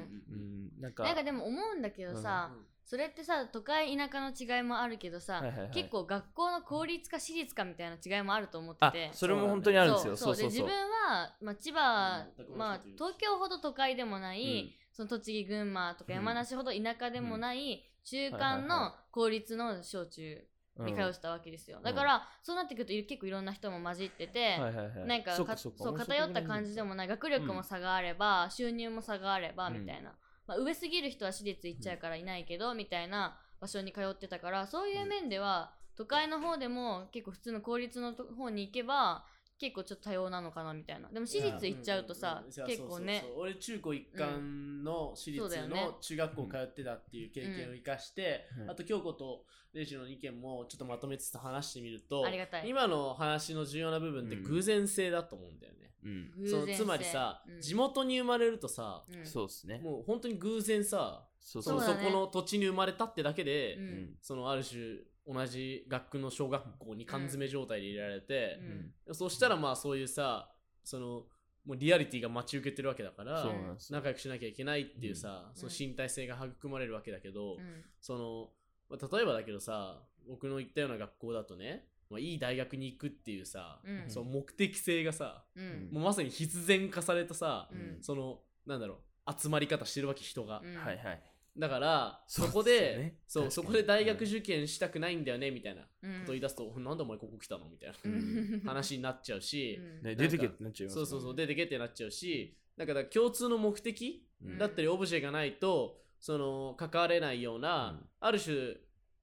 Speaker 3: ん、なんか
Speaker 2: なんかでも思うんだけどさ、それってさ都会田舎の違いもあるけどさ、
Speaker 3: はいはいはい
Speaker 2: 結構学校の公立か私立かみたいな違いもあると思って
Speaker 3: あ
Speaker 2: て
Speaker 3: それも本当にあるんですよ
Speaker 2: そ
Speaker 3: そうう
Speaker 2: で
Speaker 3: そう
Speaker 2: 自
Speaker 3: そう
Speaker 2: 分は、まあ、千葉
Speaker 1: うん全く同じこと言う
Speaker 2: まあ、東京ほど都会でもな
Speaker 3: う
Speaker 2: い、
Speaker 3: ん
Speaker 2: その栃木群馬とか
Speaker 3: うん
Speaker 2: 山梨ほど田舎でもない、中間
Speaker 3: はいはい
Speaker 2: の
Speaker 3: は
Speaker 2: 公立の小中
Speaker 3: う
Speaker 2: に
Speaker 3: ん
Speaker 2: 通したわけですよ、だから、そうなってくると結構いろんな人も混じってて、
Speaker 3: はいはいはい、
Speaker 2: なんか
Speaker 3: そ
Speaker 2: か
Speaker 3: っそ
Speaker 2: そう
Speaker 3: っ
Speaker 2: 偏った感じでもない学力も差があれば、収入も差があればみたいな、まあ、上すぎる人は私立行っちゃうからいないけど、みたいな場所に通ってたからそういう面では、都会の方でも結構普通の公立のと方に行けば結構ちょっと多様なのかなみたいなでも私立行っちゃうとさ、
Speaker 1: んんんん
Speaker 2: 結構ね
Speaker 1: そうそうそう俺中高一貫の私
Speaker 2: うんそうだよ
Speaker 1: 立
Speaker 2: ね
Speaker 1: の中学校通ってたっていう経験を生かして、
Speaker 3: うん
Speaker 1: あと京子とレイジの意見もちょっとまとめつつ話してみると
Speaker 2: ありがたい
Speaker 1: 今の話の重要な部分って偶然性だと思うんだよね、
Speaker 3: うん、
Speaker 2: 偶
Speaker 1: そ
Speaker 2: 然
Speaker 1: の
Speaker 2: 性
Speaker 1: つまりさ、
Speaker 2: うん
Speaker 1: 地元に生まれるとさ、
Speaker 2: うん
Speaker 3: そうですね。
Speaker 1: もう本当に偶然さ
Speaker 3: そう
Speaker 1: そ
Speaker 3: そう
Speaker 1: の
Speaker 2: だ
Speaker 1: そ
Speaker 2: ね
Speaker 1: この土地に生まれたってだけで、
Speaker 2: う
Speaker 3: うんん
Speaker 1: そのある種同じ学区の小学校に缶詰状態で入れられて
Speaker 2: う、ん
Speaker 1: そしたらまあそういうさそのもうリアリティが待ち受けてるわけだから
Speaker 3: そうなんですよ。
Speaker 1: 仲良くしなきゃいけないっていうさ、
Speaker 2: うん
Speaker 1: その身体性が育まれるわけだけど、
Speaker 2: うん
Speaker 1: その、まあ、例えばだけどさ僕の行ったような学校だとね、まあ、いい大学に行くっていうさ、
Speaker 2: うん
Speaker 1: その目的性がさ
Speaker 2: うん
Speaker 1: もうまさに必然化されたさ、
Speaker 2: うん
Speaker 1: そのなんだろう集まり方してるわけ人が、
Speaker 2: うん
Speaker 3: はいはい。
Speaker 1: だから
Speaker 3: そ
Speaker 1: そう
Speaker 3: っすよね
Speaker 1: こでそう、
Speaker 3: 確か
Speaker 1: そ
Speaker 3: に
Speaker 1: こで大学受験したくないんだよねみたいなこ
Speaker 2: うん
Speaker 1: と言い出すと、なんでお前ここ来たのみたいな
Speaker 2: う
Speaker 3: うんん
Speaker 1: 話になっちゃうし、
Speaker 2: うん
Speaker 3: ね、出てけってなっちゃいます
Speaker 1: そ
Speaker 3: ね。
Speaker 1: うそうそう出てけってなっちゃうしだから共通の目的
Speaker 3: うん
Speaker 1: だったりオブジェがないとその関われないような、
Speaker 3: うん
Speaker 1: ある種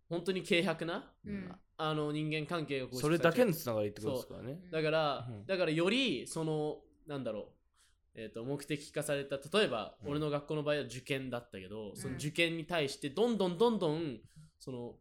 Speaker 1: 本当に軽薄な、
Speaker 2: うん
Speaker 1: あの人間関係が構築
Speaker 3: それだけ
Speaker 1: さ
Speaker 3: の
Speaker 1: れて
Speaker 3: つながりってことですからね。
Speaker 1: だから、
Speaker 3: うん
Speaker 1: だからよりそのなんだろう、えー、と目的化された例えば、
Speaker 3: うん
Speaker 1: 俺の学校の場合は受験だったけどその
Speaker 2: うん
Speaker 1: 受験に対してどんどんどんどんその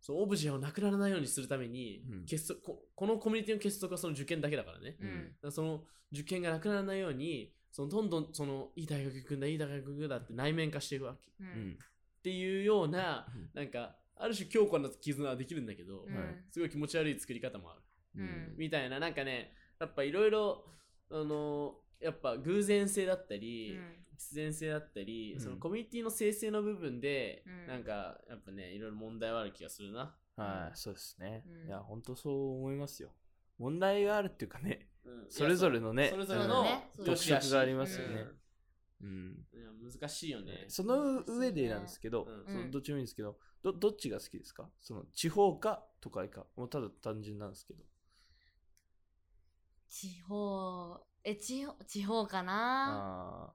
Speaker 1: そのオブジェをなくならないようにするために、
Speaker 3: うん
Speaker 1: 結束ここのコミュニティの結束はその受験だけだからね、
Speaker 2: うん
Speaker 1: だからその受験がなくならないようにそのどんどんそのいい大学行くんだいい大学行くんだって内面化していくわけっ
Speaker 2: う
Speaker 3: うんん。
Speaker 1: ていうような
Speaker 3: うん
Speaker 1: なんかある種強固な絆はできるんだけど、
Speaker 2: うん
Speaker 3: はい
Speaker 1: すごい気持ち悪い作り方もあ
Speaker 2: う
Speaker 1: る
Speaker 2: ん
Speaker 1: みたいななんかねやっぱいろいろあのやっぱ偶然性だった
Speaker 2: う
Speaker 1: り、
Speaker 2: ん
Speaker 1: 必然性だったり、
Speaker 3: うん
Speaker 1: そのコミュニティの生成の部分で、
Speaker 2: うん
Speaker 1: なんかやっぱねいろいろ問題はある気がするな、
Speaker 3: はい、そうですね。
Speaker 2: うん
Speaker 3: いや、本当そう思いますよ。問題があるっていうかね、
Speaker 1: うん
Speaker 3: それぞれのね
Speaker 1: いやそそれぞれ
Speaker 2: そう
Speaker 1: の
Speaker 2: だね
Speaker 1: 良し悪
Speaker 3: 特
Speaker 1: し
Speaker 3: 色があります
Speaker 2: よね
Speaker 3: うん。
Speaker 1: うんいや難しいよね
Speaker 3: その上でなんですけど、
Speaker 1: うん
Speaker 3: そのどっちもいいんですけど、どどっちが好きですかその地方か都会か。もうただ単純なんですけど。
Speaker 2: 地方え地方地方かな
Speaker 3: ああー。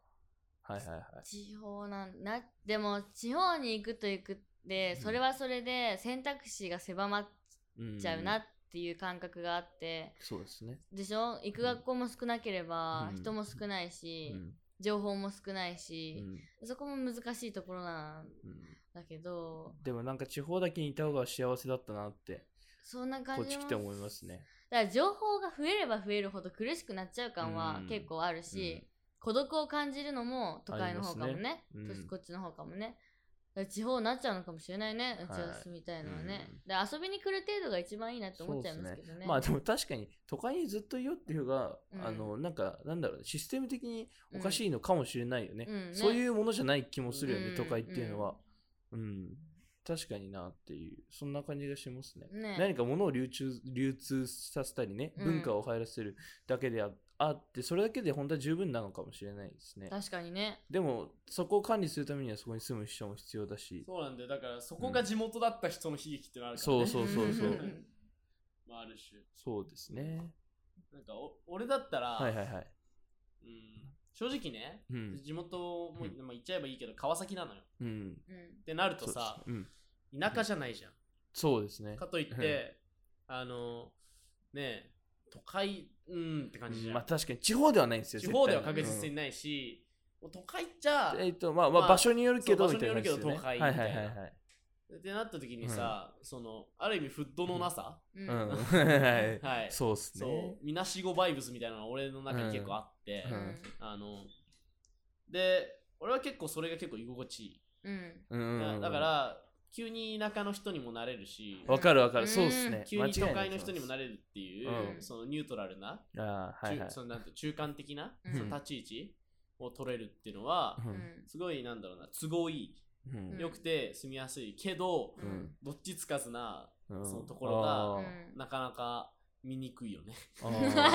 Speaker 3: はいはいはい。
Speaker 2: 地方なんなでも地方に行くと行くって
Speaker 3: うん
Speaker 2: それはそれで選択肢が狭まっ
Speaker 3: うん
Speaker 2: ちゃうなっていう感覚があって、
Speaker 3: そうですね。
Speaker 2: でしょ行く学校も少なければ
Speaker 3: うん
Speaker 2: 人も少ないうし、
Speaker 3: ん。
Speaker 2: 情報も少ないうし、
Speaker 3: ん
Speaker 2: そこも難しいところなん
Speaker 3: うん
Speaker 2: だけど
Speaker 3: でもなんか地方だけにいた方が幸せだったなって、
Speaker 2: そんな感
Speaker 3: こ
Speaker 2: じ
Speaker 3: っち来て思いますね。
Speaker 2: だから情報が増えれば増えるほど苦しくなっちゃう感は
Speaker 3: うん
Speaker 2: 結構あるし、孤独を感じるのも都会の方かもね
Speaker 3: ありますねうん
Speaker 2: こっちの方かもねだから地方になっちゃうのかもしれないねうちは住みたいのはね、だから遊びに来る程度が一番いいなって思っちゃいますけどね
Speaker 3: まあでも確かに都会にずっといようっていうが、
Speaker 2: うん
Speaker 3: あのなんかなんだろうねシステム的におかしいのかもしれないよね,、
Speaker 2: うんね
Speaker 3: そういうものじゃない気もするよね、
Speaker 2: うん
Speaker 3: 都会っていうのはうん、確かになっていうそんな感じがしますね
Speaker 2: ね
Speaker 3: 何か物を流通流通させたりね
Speaker 2: うん
Speaker 3: 文化を入らせるだけでああってそれだけで本当は十分なのかもしれないですね
Speaker 2: 確かにね
Speaker 3: でもそこを管理するためにはそこに住む人も必要だし
Speaker 1: そうなんだよだからそこが地元だった人の悲劇ってのあるから、ね、
Speaker 3: そうそうそうそう
Speaker 2: うん
Speaker 1: まあある種
Speaker 3: そうですね
Speaker 1: なんかお俺だったら、
Speaker 3: はいはいはい
Speaker 1: うん、正直ね、
Speaker 3: うん
Speaker 1: 地元も、
Speaker 3: う
Speaker 1: まあ、言っちゃえばいいけど川崎なのよっ
Speaker 3: うん
Speaker 2: うん
Speaker 1: てなると
Speaker 3: そうです
Speaker 1: さ、
Speaker 3: うん、
Speaker 1: 田舎じゃないじゃん、
Speaker 3: そうですね
Speaker 1: かといって、あのねえ都会うんって感じじゃん、
Speaker 3: まあ確かに地方ではないんですよ
Speaker 1: 地方では
Speaker 3: 絶
Speaker 1: 確
Speaker 3: 対に
Speaker 1: 実にないし、もう都会っちゃ
Speaker 3: うん
Speaker 1: っ
Speaker 3: えっとまあま
Speaker 1: ま
Speaker 3: あ
Speaker 1: あ
Speaker 3: 場所によるけど
Speaker 1: そう
Speaker 3: みたいな感じですよね
Speaker 1: 場所によ
Speaker 3: はい
Speaker 1: るけど
Speaker 3: はい
Speaker 1: 都会
Speaker 3: はい
Speaker 1: みたい
Speaker 3: は
Speaker 1: ないてなった時にさ、そのある意味フットのなさ、
Speaker 2: うん
Speaker 3: うん
Speaker 2: うん
Speaker 3: はい
Speaker 1: はい
Speaker 3: そうっす
Speaker 1: そう
Speaker 3: ね
Speaker 1: みなしごバイブスみたいなのが俺の中に結構あって、
Speaker 3: うん
Speaker 1: あので俺は結構それが結構居心地いい、
Speaker 2: うん
Speaker 3: うん
Speaker 1: なだから急に田舎の人にもなれるし
Speaker 3: わかるわか
Speaker 2: う
Speaker 3: る
Speaker 2: ん
Speaker 3: そうっすね
Speaker 1: 急に都会の人にもな
Speaker 3: る
Speaker 1: れるっていう、
Speaker 3: うん
Speaker 1: そのニュートラルな
Speaker 3: ああはいはい
Speaker 1: 中そのなんて中間的な、
Speaker 2: うん
Speaker 1: その立ち位置を取れるっていうのは、
Speaker 3: う
Speaker 2: うん
Speaker 3: ん
Speaker 1: すごいなんだろうな都合いい、
Speaker 3: うん
Speaker 1: 良くて住みやすいけど、
Speaker 2: うん
Speaker 1: どっちつかずな
Speaker 3: うん
Speaker 1: そのところが
Speaker 3: あ
Speaker 2: うん
Speaker 1: なかなか見にくいよね
Speaker 3: ー
Speaker 1: 自
Speaker 3: あ
Speaker 1: 分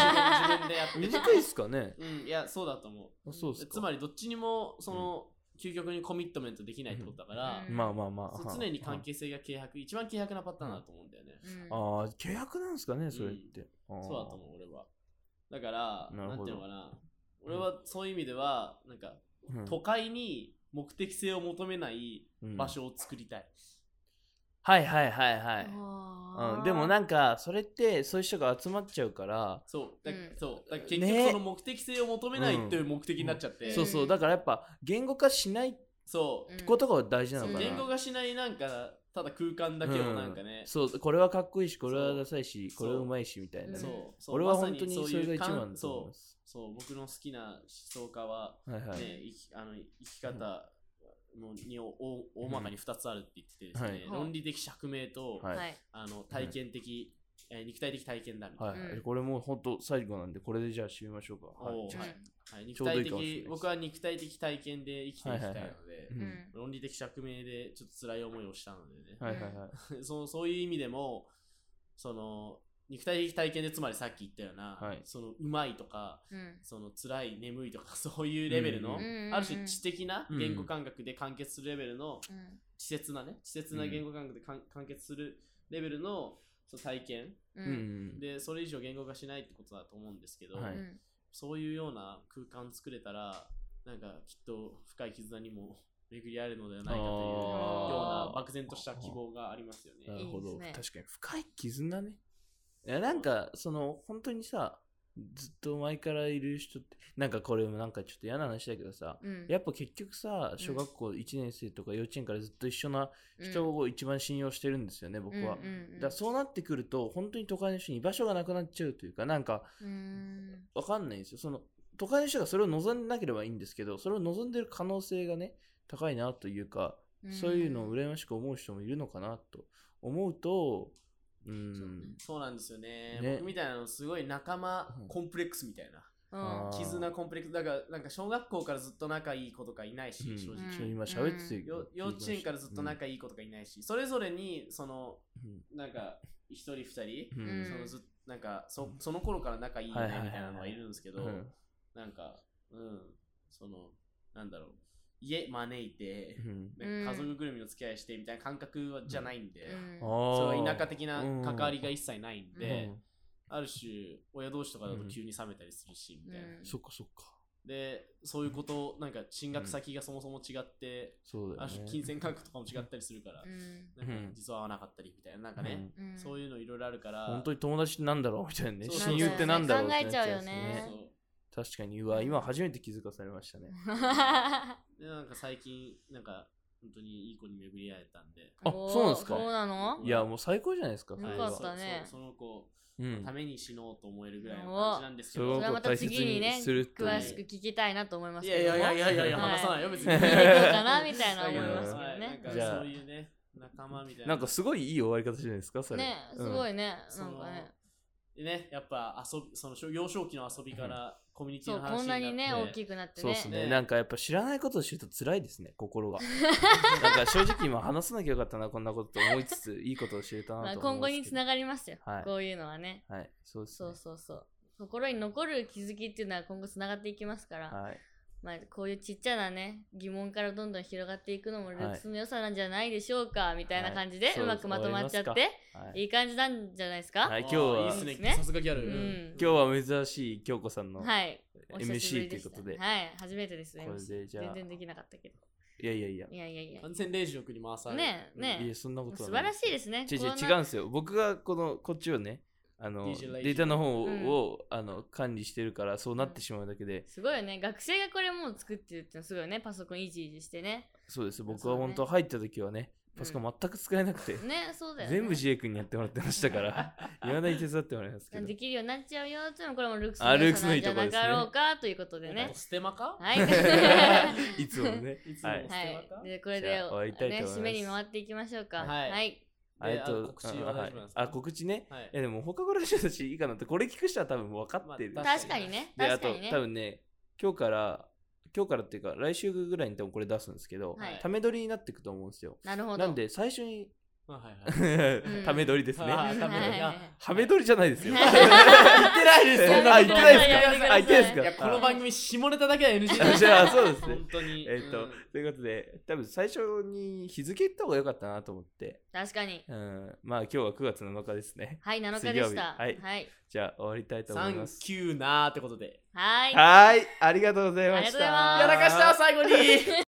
Speaker 1: 自分でやって
Speaker 3: ー短いっすかね
Speaker 1: うんいやそうだと思
Speaker 3: あそうっす
Speaker 1: う
Speaker 3: か
Speaker 1: つまりどっちにもその、究極にコミットメントできないってことだから、
Speaker 2: うん
Speaker 3: まあまあま
Speaker 1: そう
Speaker 3: あ
Speaker 1: 常に関係性が軽薄一番軽薄なパターンだと思うんだよね、
Speaker 2: うん
Speaker 3: あー契約なんですかねそれってそう
Speaker 1: そうだと思う俺はだから
Speaker 3: な
Speaker 1: な
Speaker 3: るほど
Speaker 1: んていうのかな俺はそういう意味ではなんか
Speaker 3: うん
Speaker 1: 都会に目的性を求めない
Speaker 3: うん
Speaker 1: 場所を作りたい、
Speaker 3: はいはいはいはい
Speaker 2: あ
Speaker 3: う
Speaker 2: ー
Speaker 3: んでもなんかそれってそういう人が集まっちゃうから
Speaker 1: そうだ、
Speaker 2: うん
Speaker 1: そうだから結局
Speaker 3: ね
Speaker 1: その目的性を求めないっていう目的になっちゃって、
Speaker 2: うん
Speaker 3: そうそうだからやっぱ言語化しない
Speaker 1: そう
Speaker 3: ことが大事なのか
Speaker 2: ん
Speaker 3: な
Speaker 1: 言語がしないなんかただ空間だけをなんかね、
Speaker 3: うんそうこれはかっこいいしこれはダサいしこ
Speaker 1: そう
Speaker 3: れはうまいしみたいなね
Speaker 1: そうそう
Speaker 3: 俺は
Speaker 1: まさ
Speaker 3: 本当にそれが一番だと思い
Speaker 1: そ
Speaker 3: ま
Speaker 1: う
Speaker 3: す、
Speaker 1: そう僕の好きな思想家は、
Speaker 3: はいは
Speaker 1: ね
Speaker 3: い
Speaker 1: 生きあの生き方のにおお大まかに2つあるって言っててですね、
Speaker 2: はい
Speaker 1: 論理的釈明と、
Speaker 3: はい
Speaker 2: はい
Speaker 1: あの体験的、えー肉体的体験だみたいな、
Speaker 3: はいはい
Speaker 2: うん
Speaker 3: これもう本当最後なんでこれでじゃあ締めましょうかはい
Speaker 1: おー
Speaker 3: じゃ
Speaker 1: は
Speaker 3: あ
Speaker 1: いはい、
Speaker 3: ちょう
Speaker 1: 肉
Speaker 3: どい
Speaker 1: 体
Speaker 3: いかもしれないで
Speaker 1: 的
Speaker 3: す
Speaker 1: 僕は肉体的体験で生きていきたいので、
Speaker 3: はいはい
Speaker 2: うん
Speaker 3: うん
Speaker 2: うん
Speaker 1: 論理的釈明でちょっと辛い思いをしたのでね、
Speaker 3: はいはいはい
Speaker 1: そそういう意味でもその肉体的体験でつまりさっき言ったような、
Speaker 3: はい
Speaker 1: そのうまいとか
Speaker 2: うん
Speaker 1: その辛い眠いとか そういうレベル
Speaker 3: う
Speaker 1: の、
Speaker 3: ん
Speaker 2: うんうん
Speaker 1: ある種知的な
Speaker 3: うん
Speaker 1: 言語感覚で完結するレベルの
Speaker 2: うん
Speaker 1: 稚拙なね稚拙な言語感覚でかん完結するレベルのその体験
Speaker 2: う
Speaker 3: うんん
Speaker 1: でそれ以上言語化しないってことだと思うんですけど、
Speaker 3: はい
Speaker 2: うん
Speaker 1: そういうような空間作れたらなんかきっと深い絆にも 巡り合えるのではないかという
Speaker 3: あ
Speaker 2: ー
Speaker 1: ような漠然とした希望がありますよ
Speaker 3: な
Speaker 1: ね。
Speaker 3: るほど
Speaker 2: いいですね
Speaker 3: 確かに深い絆ねいやなんかその本当にさずっと前からいる人ってなんかこれもなんかちょっと嫌な話だけどさ
Speaker 2: うん
Speaker 3: やっぱ結局さ小学校1年生とか幼稚園からずっと一緒な人を一番信用してるんですよね、僕は。
Speaker 2: うんうんうん
Speaker 3: だからそうなってくると本当に都会の人に居場所がなくなっちゃうというかなんか
Speaker 2: うーん
Speaker 3: わかんないんですよその都会の人がそれを望んでなければいいんですけどそれを望んでる可能性がね高いなというかそういうのを羨ましく思う人もいるのかなと思うとうーん
Speaker 1: そうなんですよね
Speaker 3: ね
Speaker 1: 僕みたいなのすごい仲間
Speaker 3: うん
Speaker 1: コンプレックスみたいな。
Speaker 2: うん
Speaker 3: あー
Speaker 1: 絆コンプレックスだからなんか小学校からずっと仲いい子とかいないし、
Speaker 3: うん
Speaker 1: 正直、
Speaker 3: ちょ今喋ってて、
Speaker 1: よ幼稚園からずっと仲いい子とかいないし、それぞれにその
Speaker 3: うん
Speaker 1: なんか一人二人、
Speaker 3: うん
Speaker 2: うん
Speaker 1: そのずっなんかそその頃から仲いいみたい
Speaker 3: はいはいはい
Speaker 1: みたいなのはいるんですけど、
Speaker 3: うん
Speaker 1: なんかうんそのなんだろう家招いて
Speaker 3: う、ん
Speaker 1: なんか
Speaker 2: うん
Speaker 1: 家族ぐるみの付き合いしてみたいな感覚はじゃないんで、
Speaker 2: うん
Speaker 1: そ
Speaker 3: あ
Speaker 1: れ
Speaker 3: ー
Speaker 1: は田舎的な関わりが一切ないんで、
Speaker 3: うん
Speaker 1: ある種親同士とかだと急に冷めたりするし、みたいな、
Speaker 2: うん
Speaker 3: そっかそっか
Speaker 1: でそういうことなんか進学先がそもそも違って、
Speaker 3: そうだ
Speaker 1: あ
Speaker 3: よ
Speaker 1: る種
Speaker 3: ね
Speaker 1: 金銭感覚とかも違ったりするから、
Speaker 2: うん
Speaker 1: なんか
Speaker 3: うん
Speaker 1: 実は合わなかったりみたいななんかね、
Speaker 2: うん
Speaker 1: そ ういうのいろいろあるから
Speaker 3: 本当に友達ってなんだろうみたいなね
Speaker 1: そう
Speaker 3: 親友ってなんだろう
Speaker 2: 考え
Speaker 3: って
Speaker 2: ちゃうよ
Speaker 3: やつだ
Speaker 1: そう
Speaker 2: ね
Speaker 3: 確かにうわ今初めて気づかされましたね
Speaker 1: でなんか最近なんか本当にいい子に巡り合えたんで
Speaker 3: あ
Speaker 2: おー
Speaker 3: そうなんですか
Speaker 2: そうなの
Speaker 1: うん
Speaker 3: いやもう最高じゃないですか
Speaker 2: よ
Speaker 3: それ
Speaker 2: か
Speaker 3: は
Speaker 2: ったね
Speaker 1: そそその子
Speaker 3: う
Speaker 1: のた
Speaker 3: ん
Speaker 1: めに死のうと思えるぐらいの感じなんですけ
Speaker 3: う
Speaker 2: そ
Speaker 3: ん
Speaker 1: ど
Speaker 2: れはまた次にね
Speaker 3: 大切にするっていう
Speaker 2: 詳しく聞きたいなと思います
Speaker 1: い
Speaker 2: けど
Speaker 1: やいやいやいやいやいや
Speaker 2: はい
Speaker 1: 話さないよ別に
Speaker 2: どうかなみたいな
Speaker 1: だけ
Speaker 2: 思
Speaker 1: ど
Speaker 2: いますけど
Speaker 1: はい
Speaker 2: ね
Speaker 1: なん
Speaker 3: じゃ
Speaker 1: か
Speaker 3: あ
Speaker 1: そういうね仲間みたいな
Speaker 3: なんかすごいいい終わり方じゃないですかそれ
Speaker 2: ねすごいね、
Speaker 1: そ
Speaker 2: なん
Speaker 1: の
Speaker 2: かね
Speaker 1: でねやっぱ遊びその幼少期の遊びからコミュニティ
Speaker 2: そう
Speaker 1: の話
Speaker 2: こん
Speaker 1: に
Speaker 2: な
Speaker 1: なって
Speaker 2: にね大きくなって
Speaker 3: そう
Speaker 2: ね
Speaker 3: ですね
Speaker 1: ね
Speaker 3: なんかやっぱ知らないことを知ると辛いですね、心が。 なんか正直今話さなきゃよかったな、こんなことと思いつつ、いいことを知れた
Speaker 2: ま
Speaker 3: な
Speaker 2: あ、
Speaker 3: と思
Speaker 2: 今
Speaker 3: うん
Speaker 2: 後
Speaker 3: です
Speaker 2: に
Speaker 3: け
Speaker 2: つ
Speaker 3: ど
Speaker 2: ながりますよ、
Speaker 3: はい
Speaker 2: こういうのはね
Speaker 3: はい、そうです、ね。
Speaker 2: そうそうそう心に残る気づきっていうのは今後つながっていきますから、
Speaker 3: はい。
Speaker 2: まあ、こういうちっちゃなね疑問からどんどん広がっていくのもルックスの良さなんじゃないでしょうか、みたいな感じで
Speaker 3: はいう
Speaker 2: まくまとまっちゃっ
Speaker 3: そう
Speaker 2: て
Speaker 3: ではい
Speaker 2: いい感じなんじゃないです
Speaker 3: は
Speaker 2: か
Speaker 3: い今日は
Speaker 1: あーいいです
Speaker 2: ね
Speaker 1: ねさすがギャル、
Speaker 2: うん
Speaker 3: 今日は珍しい京子さんの、、
Speaker 2: はいい、お久しぶ
Speaker 3: MC
Speaker 2: り
Speaker 3: とい
Speaker 2: で
Speaker 3: う
Speaker 2: し
Speaker 3: こ
Speaker 2: た
Speaker 3: とで、
Speaker 2: はい初めてですね
Speaker 3: これでじゃあ
Speaker 2: 全然できなかったけど
Speaker 3: いやいやいや、
Speaker 2: いやいやいや
Speaker 1: 完全0時力に回される
Speaker 2: ねえねえ
Speaker 3: いや、そんなこと
Speaker 2: 素
Speaker 3: は
Speaker 2: 晴
Speaker 3: な
Speaker 2: ら
Speaker 3: い
Speaker 2: しいですね
Speaker 3: 違う違う
Speaker 2: こんな
Speaker 3: 違うんですよ。僕がこのこっちをね、あの
Speaker 1: DJ
Speaker 3: データの方を,、
Speaker 2: うん
Speaker 3: あの管理してるからそうなってしまうだけで、
Speaker 2: すごいよね学生がこれもう作ってるってのすごいよねパソコンいじいじしてね
Speaker 3: そうです。僕
Speaker 2: そう
Speaker 3: は
Speaker 2: ね
Speaker 3: 本当入った時はね、パソコン全く使えなくて、
Speaker 2: ねそうだよね
Speaker 3: 全部 GA 君にやってもらってまし たから、いまだに手伝ってもらいますけど
Speaker 2: で。きるようになっちゃうよっていうのもこれもルックス
Speaker 3: あル
Speaker 2: 良
Speaker 3: ックス
Speaker 2: さ
Speaker 3: の
Speaker 2: ないん
Speaker 3: い
Speaker 2: じ
Speaker 3: と
Speaker 2: ゃな
Speaker 3: こですね
Speaker 2: かろうかということでね
Speaker 1: ステマか
Speaker 2: はい
Speaker 3: いつものね。
Speaker 1: いつものステ
Speaker 2: はい
Speaker 1: マか、
Speaker 2: でこれで
Speaker 3: じゃあ終わりたいと思い
Speaker 2: ね
Speaker 3: ます
Speaker 2: 締めに回っていきましょうか
Speaker 1: はい
Speaker 2: はい
Speaker 1: で
Speaker 3: えっと
Speaker 1: あ告知は大丈夫なんですか
Speaker 3: あ、告知ね。
Speaker 1: はい
Speaker 3: いやでも他ごらしいしいいかなって、これ聞く人は多分分かってる。
Speaker 1: まあ
Speaker 2: 確かにね
Speaker 3: で、あ
Speaker 2: 確か
Speaker 3: と
Speaker 2: にね
Speaker 3: 多分ね、今日から、今日からっていうか、来週ぐらいに多分これ出すんですけど、
Speaker 2: はい
Speaker 3: ため撮りになっていくと思うんですよ。
Speaker 2: なるほど
Speaker 3: なんで、最初に、
Speaker 1: まあはいは
Speaker 2: ん
Speaker 1: い
Speaker 3: ため撮りです
Speaker 1: あ
Speaker 2: う
Speaker 1: ー
Speaker 2: ん
Speaker 3: ね。
Speaker 1: ダメだ
Speaker 2: はい
Speaker 3: はめ撮りじゃないですよ。
Speaker 2: はい
Speaker 3: 言ってないです
Speaker 2: やめてくださ
Speaker 3: あ、
Speaker 2: い
Speaker 3: 言ってないですか
Speaker 2: やめてください
Speaker 3: あ、言ってない
Speaker 1: い
Speaker 3: で
Speaker 1: や
Speaker 3: す
Speaker 1: こ
Speaker 3: か
Speaker 1: の番組下ネタだけは NG
Speaker 3: あ
Speaker 1: だ
Speaker 3: じゃあ、そうですね
Speaker 1: 本。当に
Speaker 3: えっと
Speaker 1: うん
Speaker 3: ということで、多分最初に日付言った方が良かったなと思って、
Speaker 2: 確かに
Speaker 3: うん、まあ今日は9月7日ですね。
Speaker 2: はい7日でした
Speaker 3: 水曜日はい
Speaker 2: はい
Speaker 3: じゃあ終わりたいと思
Speaker 1: サ
Speaker 3: いま
Speaker 1: ン
Speaker 3: す。
Speaker 1: キューなーってことで
Speaker 2: はい
Speaker 3: はーい、ありがとうございました。
Speaker 2: ありがとうございます
Speaker 1: やらかした最後に